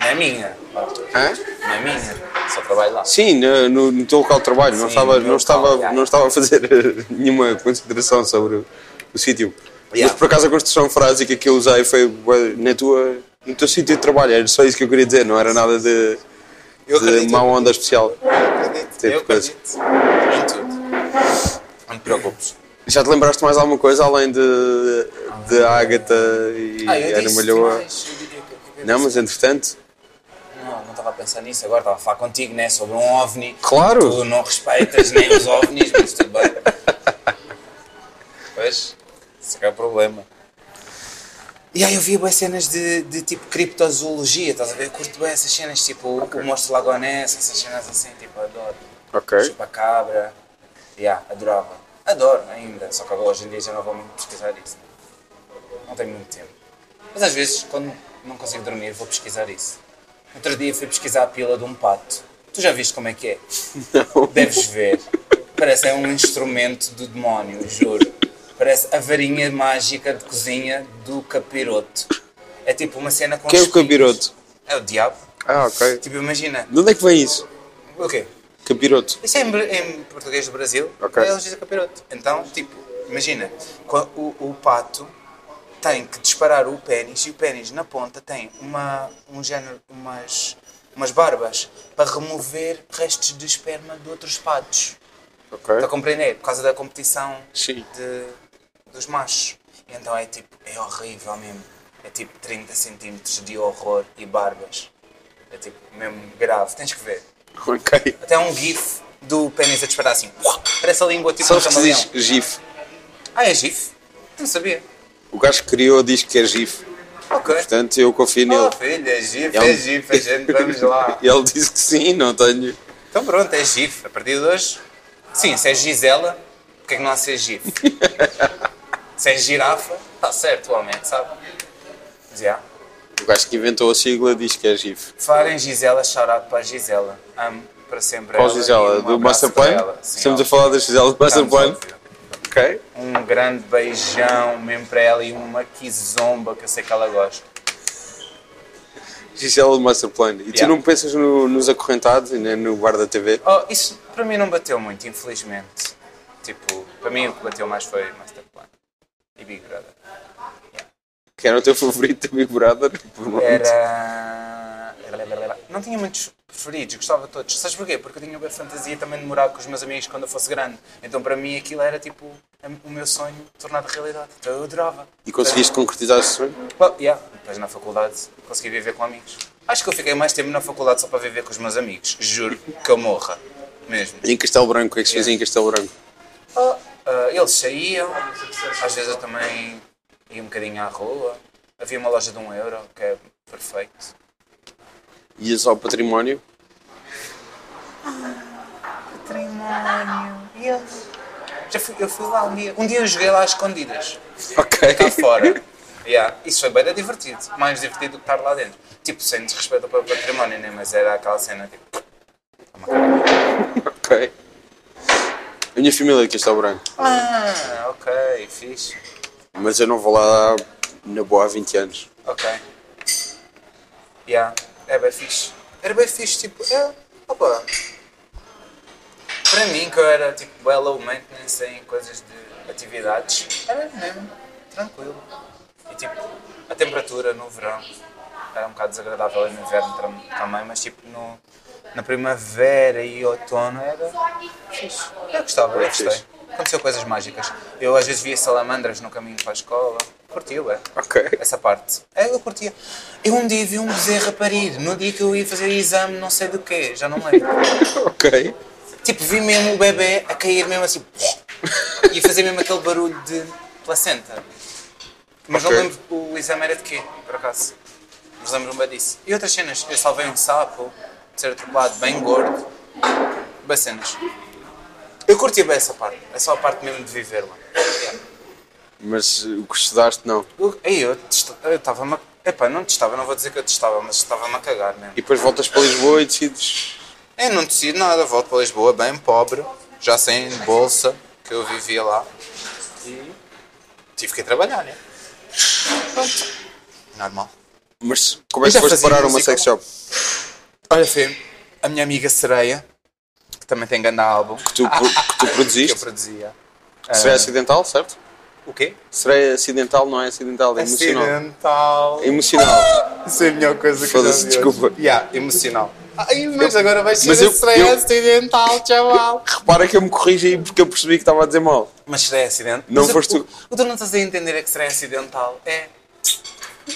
S2: Não é minha. vá.
S3: Hã?
S2: Não é minha. Só trabalho lá.
S3: Sim, no, no- no teu local de trabalho. não,
S2: Sim,
S3: estava,
S2: no meu
S3: não,
S2: local,
S3: estava,
S2: yeah.
S3: não estava a fazer eh, nenhuma consideração sobre o, o sítio.
S2: Yeah.
S3: Mas por acaso a construção frásica que eu usei foi bué, na tua, no teu sítio de trabalho. Era só isso que eu queria dizer, não era nada de,
S2: Eu
S3: de
S2: acredito.
S3: má onda especial.
S2: Eu acredito.
S3: Tipo
S2: Eu
S3: coisa.
S2: acredito. Em tudo. Não te preocupes.
S3: Já te lembraste mais alguma coisa além de, de Ágata e
S2: Ah, eu
S3: Ana
S2: disse
S3: Malhoa?
S2: demais. Eu diria que- que- que-
S3: Não, mas entretanto.
S2: Não, não estava a pensar nisso agora, estava a falar contigo, né? Sobre um ovni.
S3: Claro.
S2: Tu não respeitas nem os ovnis, mas tudo bem. Pois, isso é que é o problema. E aí eu vi boas cenas de, de tipo criptozoologia, estás a ver? Eu curto bem essas cenas, tipo o monstro lagonense, essas cenas assim, tipo, adoro.
S3: Ok.
S2: Chupacabra. Yeah, adorava. Adoro ainda, só que agora hoje em dia já não vou muito pesquisar isso. Não tenho muito tempo. Mas às vezes, quando não consigo dormir, vou pesquisar isso. Outro dia fui pesquisar a pila de um pato. Tu já viste como é que é?
S3: Não.
S2: Deves ver. Parece é um instrumento do demónio, juro. Parece a varinha mágica de cozinha do capiroto. É tipo uma cena com
S3: Quem é o
S2: espinhos.
S3: capiroto?
S2: É o diabo.
S3: Ah, ok.
S2: Tipo, imagina.
S3: De onde é que vem isso?
S2: O quê?
S3: Capiroto.
S2: Isso é em, br- em português do Brasil, é
S3: Ok.
S2: eles dizem capiroto. Então, tipo, imagina, co- o, o pato tem que disparar o pênis e o pênis na ponta tem uma, um género, umas, umas barbas para remover restos de esperma de outros patos.
S3: Ok.
S2: Para compreender, por causa da competição
S3: Sim.
S2: de- dos machos. Então é tipo, é horrível mesmo. É tipo 30 centímetros de horror e barbas. É tipo, mesmo grave, tens que ver.
S3: Ok.
S2: Até um gif do pênis a disparar assim. Parece a língua tipo
S3: Só
S2: um
S3: que se
S2: camaleão.
S3: diz GIF.
S2: Ah, é gif? Não sabia.
S3: O gajo que criou diz que é GIF.
S2: Ok.
S3: Portanto, eu confio
S2: Oh,
S3: nele.
S2: filho, é gif,
S3: É um-
S2: é gif, a gente, vamos lá.
S3: Ele disse que sim, não tenho.
S2: Então pronto, é gif. A partir de hoje... Sim, se é Gisela, porque é que não há de ser gif? se é girafa, está certo, homem, sabe? Mas, yeah.
S3: O gajo que inventou a sigla diz que é GIF.
S2: Falar em Gisela, shout-out para a Gisela. Amo para sempre
S3: Qual
S2: ela
S3: Gisela?
S2: e um
S3: Do
S2: abraço
S3: Master
S2: para
S3: Plan?
S2: ela. Sim,
S3: Estamos a
S2: ela-
S3: falar da Gisela do Master
S2: Estamos,
S3: Plan.
S2: óbvio.
S3: Ok.
S2: um grande beijão mesmo para ela e uma quizomba que eu sei que ela gosta.
S3: Gisela do é Master Plan. E tu
S2: Yeah.
S3: não pensas no- nos acorrentados e nem no bar da TV?
S2: Oh, isso para mim não bateu muito, infelizmente. Tipo, para mim o que bateu mais foi Masterplan e Big Brother.
S3: Que era o teu favorito da Big Brother?
S2: Era. Não tinha muitos preferidos, gostava de todos. Sabes porquê? Porque eu tinha a fantasia também de morar com os meus amigos quando eu fosse grande. Então para mim aquilo era tipo a- o meu sonho tornado realidade. Então eu adorava.
S3: E conseguiste concretizar esse sonho?
S2: Well, yeah. Depois na faculdade consegui viver com amigos. Acho que eu fiquei mais tempo na faculdade só para viver com os meus amigos. Juro que eu morra. Mesmo.
S3: Em Castelo Branco, o que é que se fazia em Castelo Branco?
S2: Ah, ah, eles saíam, às vezes eu também ia um bocadinho à rua. Havia uma loja de um euro que é perfeito.
S3: Ias ao património?
S2: Património. E eu? Já fui, eu fui lá um dia. Um dia eu joguei lá às escondidas.
S3: Ok.
S2: Cá fora. Yeah. Isso foi bem divertido. Mais divertido do que estar lá dentro. Tipo, sem desrespeito para o património, né? mas era aquela cena tipo.
S3: Ok. A minha família é de Castelo Branco.
S2: Ah, ok, fixe.
S3: Mas eu não vou lá na boa há 20 anos.
S2: Ok. Yeah, é bem fixe. Era bem fixe, tipo, é, opa. Para mim, que eu era tipo bem low maintenance em coisas de atividades, era mesmo tranquilo. E tipo, a temperatura no verão era um bocado desagradável e no inverno tam- também, mas tipo, no, na primavera e outono era fixe. Eu gostava, eu gostei.
S3: fixe.
S2: Aconteceu coisas mágicas. Eu às vezes via salamandras no caminho para a escola. é. Curti, ué
S3: Ok.
S2: essa parte. É, Eu curtia. Eu um dia vi um bezerro a parir, no dia que eu ia fazer exame, não sei do quê, já não me lembro.
S3: Ok.
S2: tipo, vi mesmo o bebê a cair mesmo assim. e a fazer mesmo aquele barulho de placenta. Mas
S3: Ok.
S2: não lembro o exame era de quê, por acaso. Mas lembro-me bem disso. E outras cenas, eu salvei um sapo de ser atropelado, bem gordo. bué cenas. Eu curti bem essa parte, é só a parte mesmo de viver, mano.
S3: Mas eh, o que estudaste, não.
S2: Eu- Aí eu estava-me a... Epá, não testava, não vou dizer que eu testava, mas estava-me a cagar mesmo.
S3: E depois voltas para Lisboa e decides.
S2: Eu É, não decido nada, volto para Lisboa bem pobre, já sem bolsa, que eu vivia lá. E tive que ir trabalhar, né? Pronto. Normal.
S3: Mas como é
S2: Eu
S3: que
S2: já
S3: foste
S2: fazia
S3: parar uma
S2: música.
S3: sex shop?
S2: Olha, foi a minha amiga Sereia, que também tem grande álbum, que
S3: Tu, pro- que tu
S2: eu
S3: produziste?
S2: produzia. Ah,
S3: Sereia acidental, certo?
S2: O quê?
S3: Sereia acidental não é acidental, é emocional.
S2: Acidental.
S3: Emocional.
S2: Isso é a melhor coisa que eu já
S3: Foda-se,
S2: vi
S3: desculpa.
S2: hoje. Yeah, emocional. Ai, mas agora vai ser
S3: Mas eu-
S2: Sereia
S3: eu-
S2: acidental, chaval.
S3: Repara que eu me corrigi aí porque eu percebi que estava a dizer mal.
S2: Mas será acidental?
S3: Não
S2: Mas o-
S3: foste tu.
S2: O, o tu não estás a entender é que será acidental. É.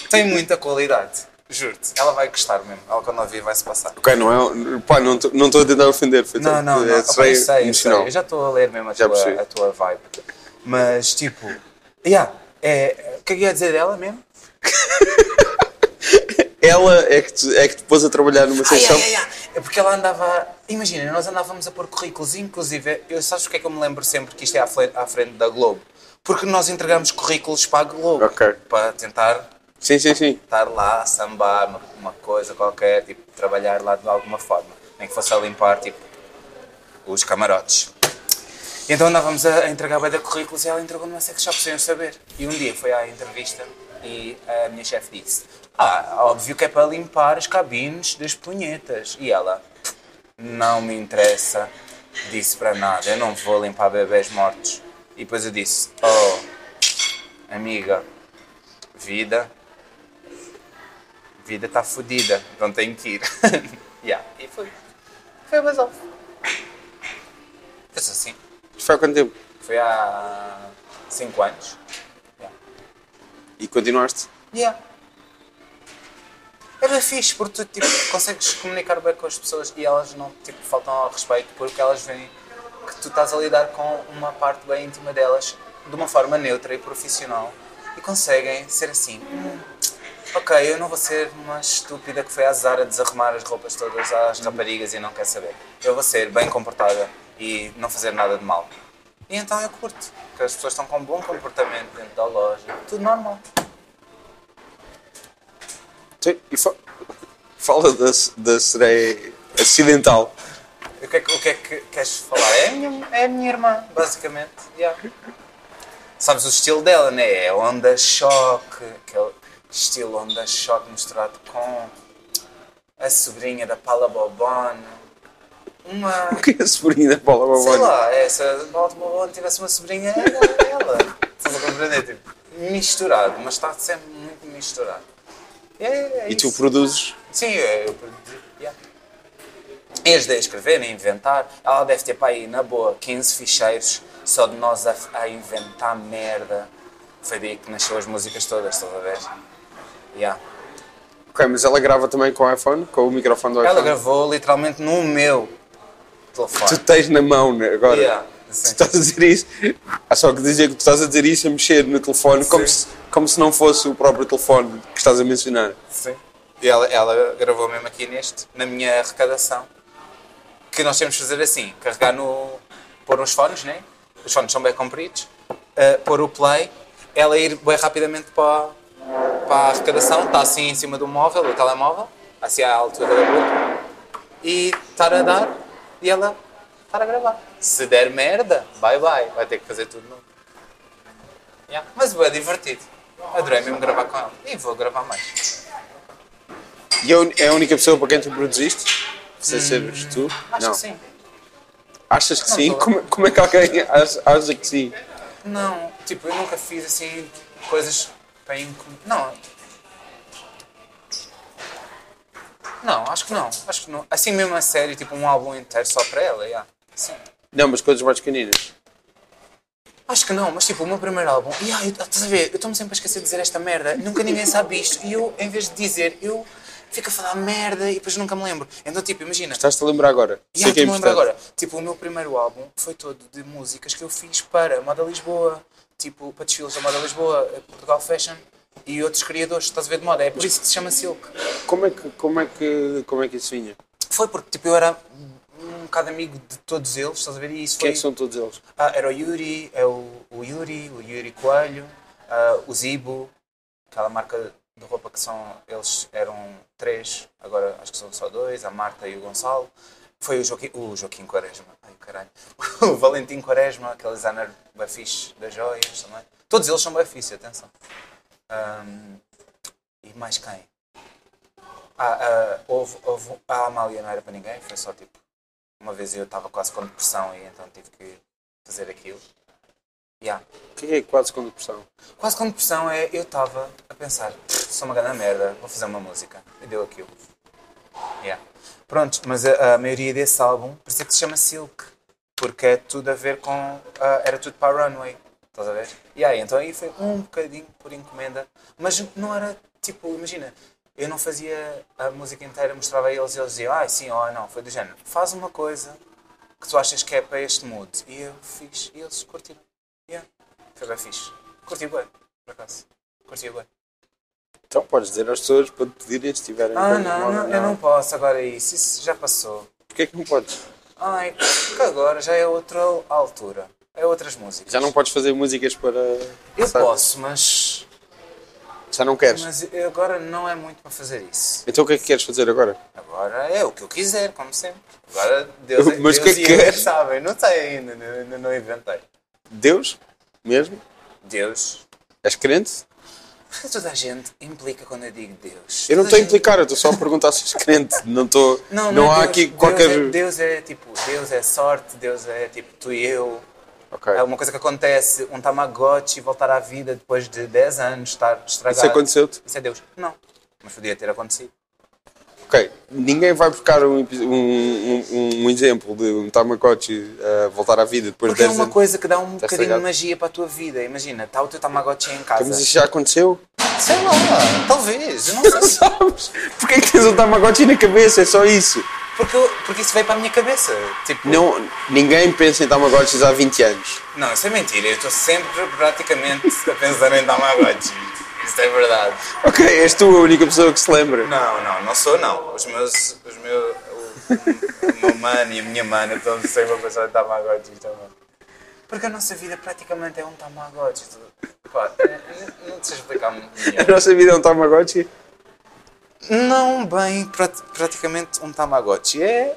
S2: Tem muita qualidade. Juro-te. Ela vai gostar mesmo. Ela quando ouvir vai se passar.
S3: Ok, não é. Pá, não estou a tentar ofender. foi
S2: Não,
S3: tanto-
S2: não, não.
S3: é
S2: Opa, eu
S3: sereia
S2: sei, eu sei.
S3: emocional.
S2: Eu já estou a ler mesmo a
S3: Já
S2: tua,
S3: percebi.
S2: a tua vibe. Mas tipo. Yeah, é, o que é que eu ia dizer dela mesmo?
S3: Ela é que, te, é que te pôs a trabalhar numa
S2: Ai,
S3: sex
S2: ai,
S3: shop.
S2: ai, ai. É porque ela andava. Imagina, nós andávamos a pôr currículos, inclusive. Eu, sabes o que é que eu me lembro sempre que isto é à, fle- à frente da Globo? Porque nós entregamos currículos para a Globo
S3: Ok.
S2: para tentar
S3: Sim, sim, sim.
S2: estar lá a sambar uma, uma coisa qualquer, tipo, trabalhar lá de alguma forma, nem que fosse a limpar, tipo, os camarotes. E então andávamos a, a entregar bué de currículos e ela entregou numa sex shop sem eu saber. E um dia foi à entrevista e a minha chefe disse, ah, óbvio que é para limpar as cabines das punhetas. E ela, não me interessa, disse para nada, eu não vou limpar bebés mortos. E depois eu disse, oh, amiga, vida, vida tá fodida, então tenho que ir. yeah. E foi. Foi o resolve. Foi só assim.
S3: Isto foi há quanto tempo?
S2: Foi há 5 anos.
S3: E continuaste?
S2: Yeah. É bem fixe, porque tu tipo, consegues comunicar bem com as pessoas e elas não tipo, faltam ao respeito porque elas veem que tu estás a lidar com uma parte bem íntima delas de uma forma neutra e profissional e conseguem ser assim. "Hum, ok, eu não vou ser uma estúpida que foi à Zara desarrumar as roupas todas às raparigas e não quer saber. Eu vou ser bem comportada e não fazer nada de mal. E então eu curto, que as pessoas estão com um bom comportamento dentro da loja, tudo normal.
S3: Sim. E fa- fala da, da sereia acidental.
S2: O que é que, o que, é que queres falar? É a minha, é a minha irmã, basicamente. yeah. Sabes o estilo dela, né? É onda choque, aquele estilo onda choque misturado com a sobrinha da Paula Bobone. Uma.
S3: O que é a sobrinha da Paula
S2: Sei
S3: Baboni?
S2: lá, essa Paula Bobone tivesse uma sobrinha, era ela. Estás a compreender? Tipo, misturado, mas está sempre muito misturado. É, é
S3: E tu
S2: isso.
S3: produzes.
S2: Sim, eu eu produzi. Yeah. E ajudei a escrever, a inventar. Ela deve ter para aí, na boa, 15 ficheiros só de nós a, a inventar merda. Foi daí que nasceu as músicas todas, estás a ver? Yeah.
S3: Ok, mas ela grava também com o iPhone, com o microfone do
S2: Ela
S3: iPhone.
S2: gravou literalmente no meu
S3: Tu
S2: telefone.
S3: tens na mão né, agora.
S2: Yeah,
S3: Tu
S2: sim.
S3: estás a dizer isso. Há só que dizer que tu estás a dizer isso a mexer no telefone como se, como se não fosse o próprio telefone que estás a mencionar.
S2: Sim. E ela, ela gravou mesmo aqui neste, na minha arrecadação. Que nós temos de fazer assim: carregar no. pôr uns fones, né? Os fones são bem compridos. eh, pôr o play, ela ir bem rapidamente para, para a arrecadação, está assim em cima do móvel, do telemóvel, assim à altura da boca, e estar a dar e ela estar a gravar. Se der merda, bye bye, vai ter que fazer tudo novo. Yeah. Mas é divertido. Adorei mesmo gravar com ela. E vou gravar mais.
S3: E é a un- é a única pessoa para quem tu produziste? Sem seres tu?
S2: Hum, Acho
S3: não.
S2: que sim.
S3: Achas que sim?
S2: tô.
S3: Como, como é que alguém acha, acha que sim?
S2: Não, tipo, eu nunca fiz assim coisas para incomodar. Não. Não, acho que não. Acho que não. Assim mesmo a sério, tipo um álbum inteiro só para ela, yeah. Sim.
S3: Não, mas coisas mais pequeninas.
S2: Acho que não, mas tipo, o meu primeiro álbum. E ai, estás a ver? Eu estou-me sempre a esquecer de dizer esta merda. Nunca ninguém sabe isto. E eu, em vez de dizer, eu fico a falar merda e depois nunca me lembro. Então, tipo, imagina.
S3: Estás-te a lembrar agora? é
S2: E yeah, me lembro agora, tipo, o meu primeiro álbum foi todo de músicas que eu fiz para a Moda Lisboa, tipo, para desfiles da Moda Lisboa, eh, Portugal Fashion e outros criadores, estás a ver de moda, é por isso que se chama Silk.
S3: Como é que, como é que, como é que isso vinha?
S2: Foi porque, tipo, eu era um bocado amigo de todos eles, estás a ver? E isso
S3: Quem é
S2: foi...
S3: que são todos eles?
S2: Ah, era o Yuri, é o, o Yuri, o Yuri Coelho, ah, o Zibo, aquela marca de roupa que são, eles eram três, agora acho que são só dois, a Marta e o Gonçalo. Foi o Joaquim, o Joaquim Quaresma, ai caralho, o Valentim Quaresma, aquele designer bem fixe das joias também. Todos eles são bem fixe, atenção. Ahm, e mais quem? Ah, ah, houve, houve, a Amália não era para ninguém, foi só tipo, uma vez eu estava quase com depressão e então tive que fazer aquilo. Yeah.
S3: Quem é que quase com depressão?
S2: Quase com depressão é eu estava a pensar, sou uma grande merda, vou fazer uma música. E deu aquilo. Yeah. Pronto, mas a, a maioria desse álbum, por isso é que se chama Silk, porque é tudo a ver com. ah, era tudo para a Runway. Estás a ver? E aí, então aí foi um bocadinho por encomenda, mas não era tipo, imagina, eu não fazia a música inteira, mostrava a eles e eles diziam, ah, sim, oh, não, foi do género, faz uma coisa que tu achas que é para este mood. E eu fiz, e eles curtiram. Yeah. Foi bem fixe. Curti bem, por acaso. Curti bem.
S3: Então podes dizer às pessoas para te pedirem se tiverem.
S2: Ah,
S3: coisas
S2: não,
S3: mal,
S2: não, eu não posso agora isso. Isso já passou.
S3: é? Porquê é que não podes?
S2: Ai, porque agora já é outra altura. É outras músicas.
S3: Já não podes fazer músicas para.
S2: Eu
S3: sabe?
S2: posso, mas,
S3: Já não queres.
S2: mas eu agora não é muito para fazer isso.
S3: Então o que é que queres fazer agora?
S2: Agora é o que eu quiser, como sempre. Agora Deus, é-
S3: Mas o
S2: Deus
S3: que é
S2: e
S3: que
S2: eu
S3: queres?
S2: sabem. Não sei ainda, ainda não inventei.
S3: Deus? Mesmo?
S2: Deus.
S3: És crente?
S2: Por que toda a gente implica quando eu digo Deus?
S3: Eu não estou
S2: Toda a
S3: a
S2: gente-
S3: implicar, eu estou só a perguntar se és crente. Não, estou não,
S2: é
S3: há
S2: Deus.
S3: aqui
S2: Deus
S3: qualquer.
S2: é- Deus é tipo, Deus é sorte, Deus é tipo tu e eu.
S3: Ok.
S2: É uma coisa que acontece, um Tamagotchi voltar à vida depois de 10 anos, estar estragado.
S3: Isso aconteceu-te?
S2: Isso é Deus. Não. Mas podia ter acontecido.
S3: Ok. Ninguém vai buscar um, epi- um, um, um exemplo de um Tamagotchi a voltar à vida depois
S2: Porque é
S3: de 10
S2: uma
S3: anos. tá
S2: coisa que dá um bocadinho
S3: estragado.
S2: de magia para a tua vida. Imagina, está o teu Tamagotchi em casa.
S3: Mas isso já aconteceu?
S2: Sei lá, talvez. Eu não sei.
S3: Sabes? Porquê é que tens um Tamagotchi na cabeça? É só isso.
S2: Porque, eu- porque isso veio para a minha cabeça. Tipo,
S3: Não, ninguém pensa em Tamagotchis há 20 anos.
S2: Não, isso é mentira. Eu estou sempre praticamente a pensar em Tamagotchi. Isso é verdade.
S3: Ok, és tu a única pessoa que se lembra.
S2: Não, não, não sou não. Os meus. Os meu, o, o meu mano e a minha mana estão sempre a pensar em Tamagotchi também. Porque a nossa vida praticamente é um Tamagotchi. Tu- Pá, eu- eu não, te sei explicar muito
S3: A
S2: melhor.
S3: nossa vida é um Tamagotchi?
S2: Não bem prat- praticamente um Tamagotchi. É.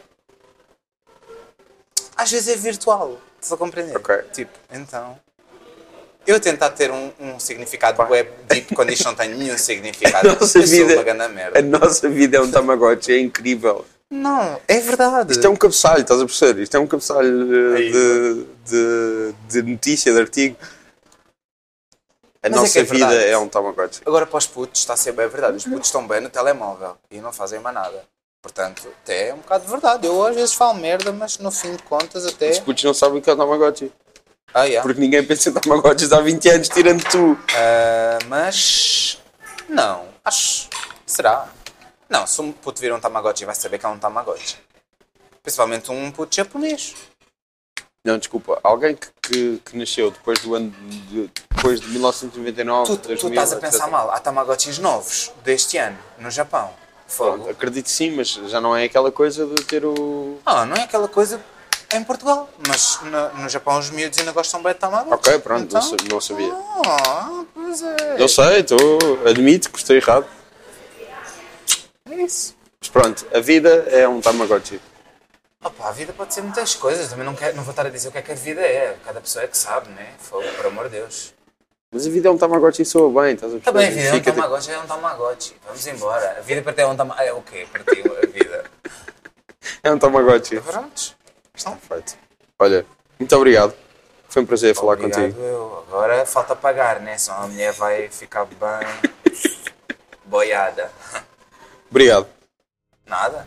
S2: Às vezes é virtual. Estás a compreender?
S3: Ok.
S2: Tipo, então. Eu tentar ter um, um significado web deep quando isto não tem nenhum significado.
S3: nossa
S2: eu
S3: vida-
S2: sou uma grande merda.
S3: A nossa vida é um Tamagotchi, é incrível.
S2: Não, é verdade.
S3: Isto é um cabeçalho, estás a perceber? Isto é um cabeçalho eh,
S2: É
S3: de, de, de notícia, de artigo. A
S2: Mas é
S3: nossa
S2: que é
S3: vida
S2: verdade.
S3: é um Tamagotchi.
S2: Agora para os putos está a ser bem verdade.
S3: Uhum.
S2: Os putos estão bem no telemóvel e não fazem mais nada. Portanto, até é um bocado de verdade. Eu às vezes falo merda, mas no fim de contas até.
S3: Os putos não sabem o que é o Tamagotchi.
S2: Ah, yeah.
S3: Porque ninguém pensa em Tamagotchis há 20 anos, tirando tu.
S2: Ah, mas. Não. Acho. Será? Não, se um puto vir um Tamagotchi vai saber que é um Tamagotchi. Principalmente um puto japonês.
S3: Não, desculpa. Alguém que, que, que nasceu depois do ano de, depois de 1999,
S2: Tu, tu
S3: 2000,
S2: estás a
S3: etc.
S2: pensar mal. Há Tamagotchis novos deste ano, no Japão.
S3: Pronto,
S2: Fogo.
S3: acredito que sim, mas já não é aquela coisa de ter o.
S2: Ah, não é aquela coisa em Portugal, mas na- no, Japão os miúdos ainda gostam bem de Tamagotchi.
S3: Ok, pronto,
S2: Então,
S3: não, sa- não sabia.
S2: Ah, pois é.
S3: Não sei, estou. Admito que estou errado.
S2: É isso.
S3: Mas pronto, a vida é um Tamagotchi.
S2: Opa, a vida pode ser muitas coisas. Também não, quero, não vou estar a dizer o que é que a vida é. Cada pessoa é que sabe, né? Fogo, por amor de Deus.
S3: Mas a vida é um Tamagotchi e soa bem, estás a
S2: Tá
S3: perceber?
S2: bem, vida, é um
S3: Fica-
S2: Tamagotchi, é um Tamagotchi. Vamos embora. A vida para ti é um Tamagotchi. É o quê? Para ti, a vida.
S3: É um Tamagotchi.
S2: Prontos? Então, Estão?
S3: Perfeito. Olha, muito obrigado. Foi um prazer falar
S2: Obrigado,
S3: contigo.
S2: eu. Agora falta pagar, né? Senão a mulher vai ficar bem. boiada.
S3: Obrigado.
S2: Nada?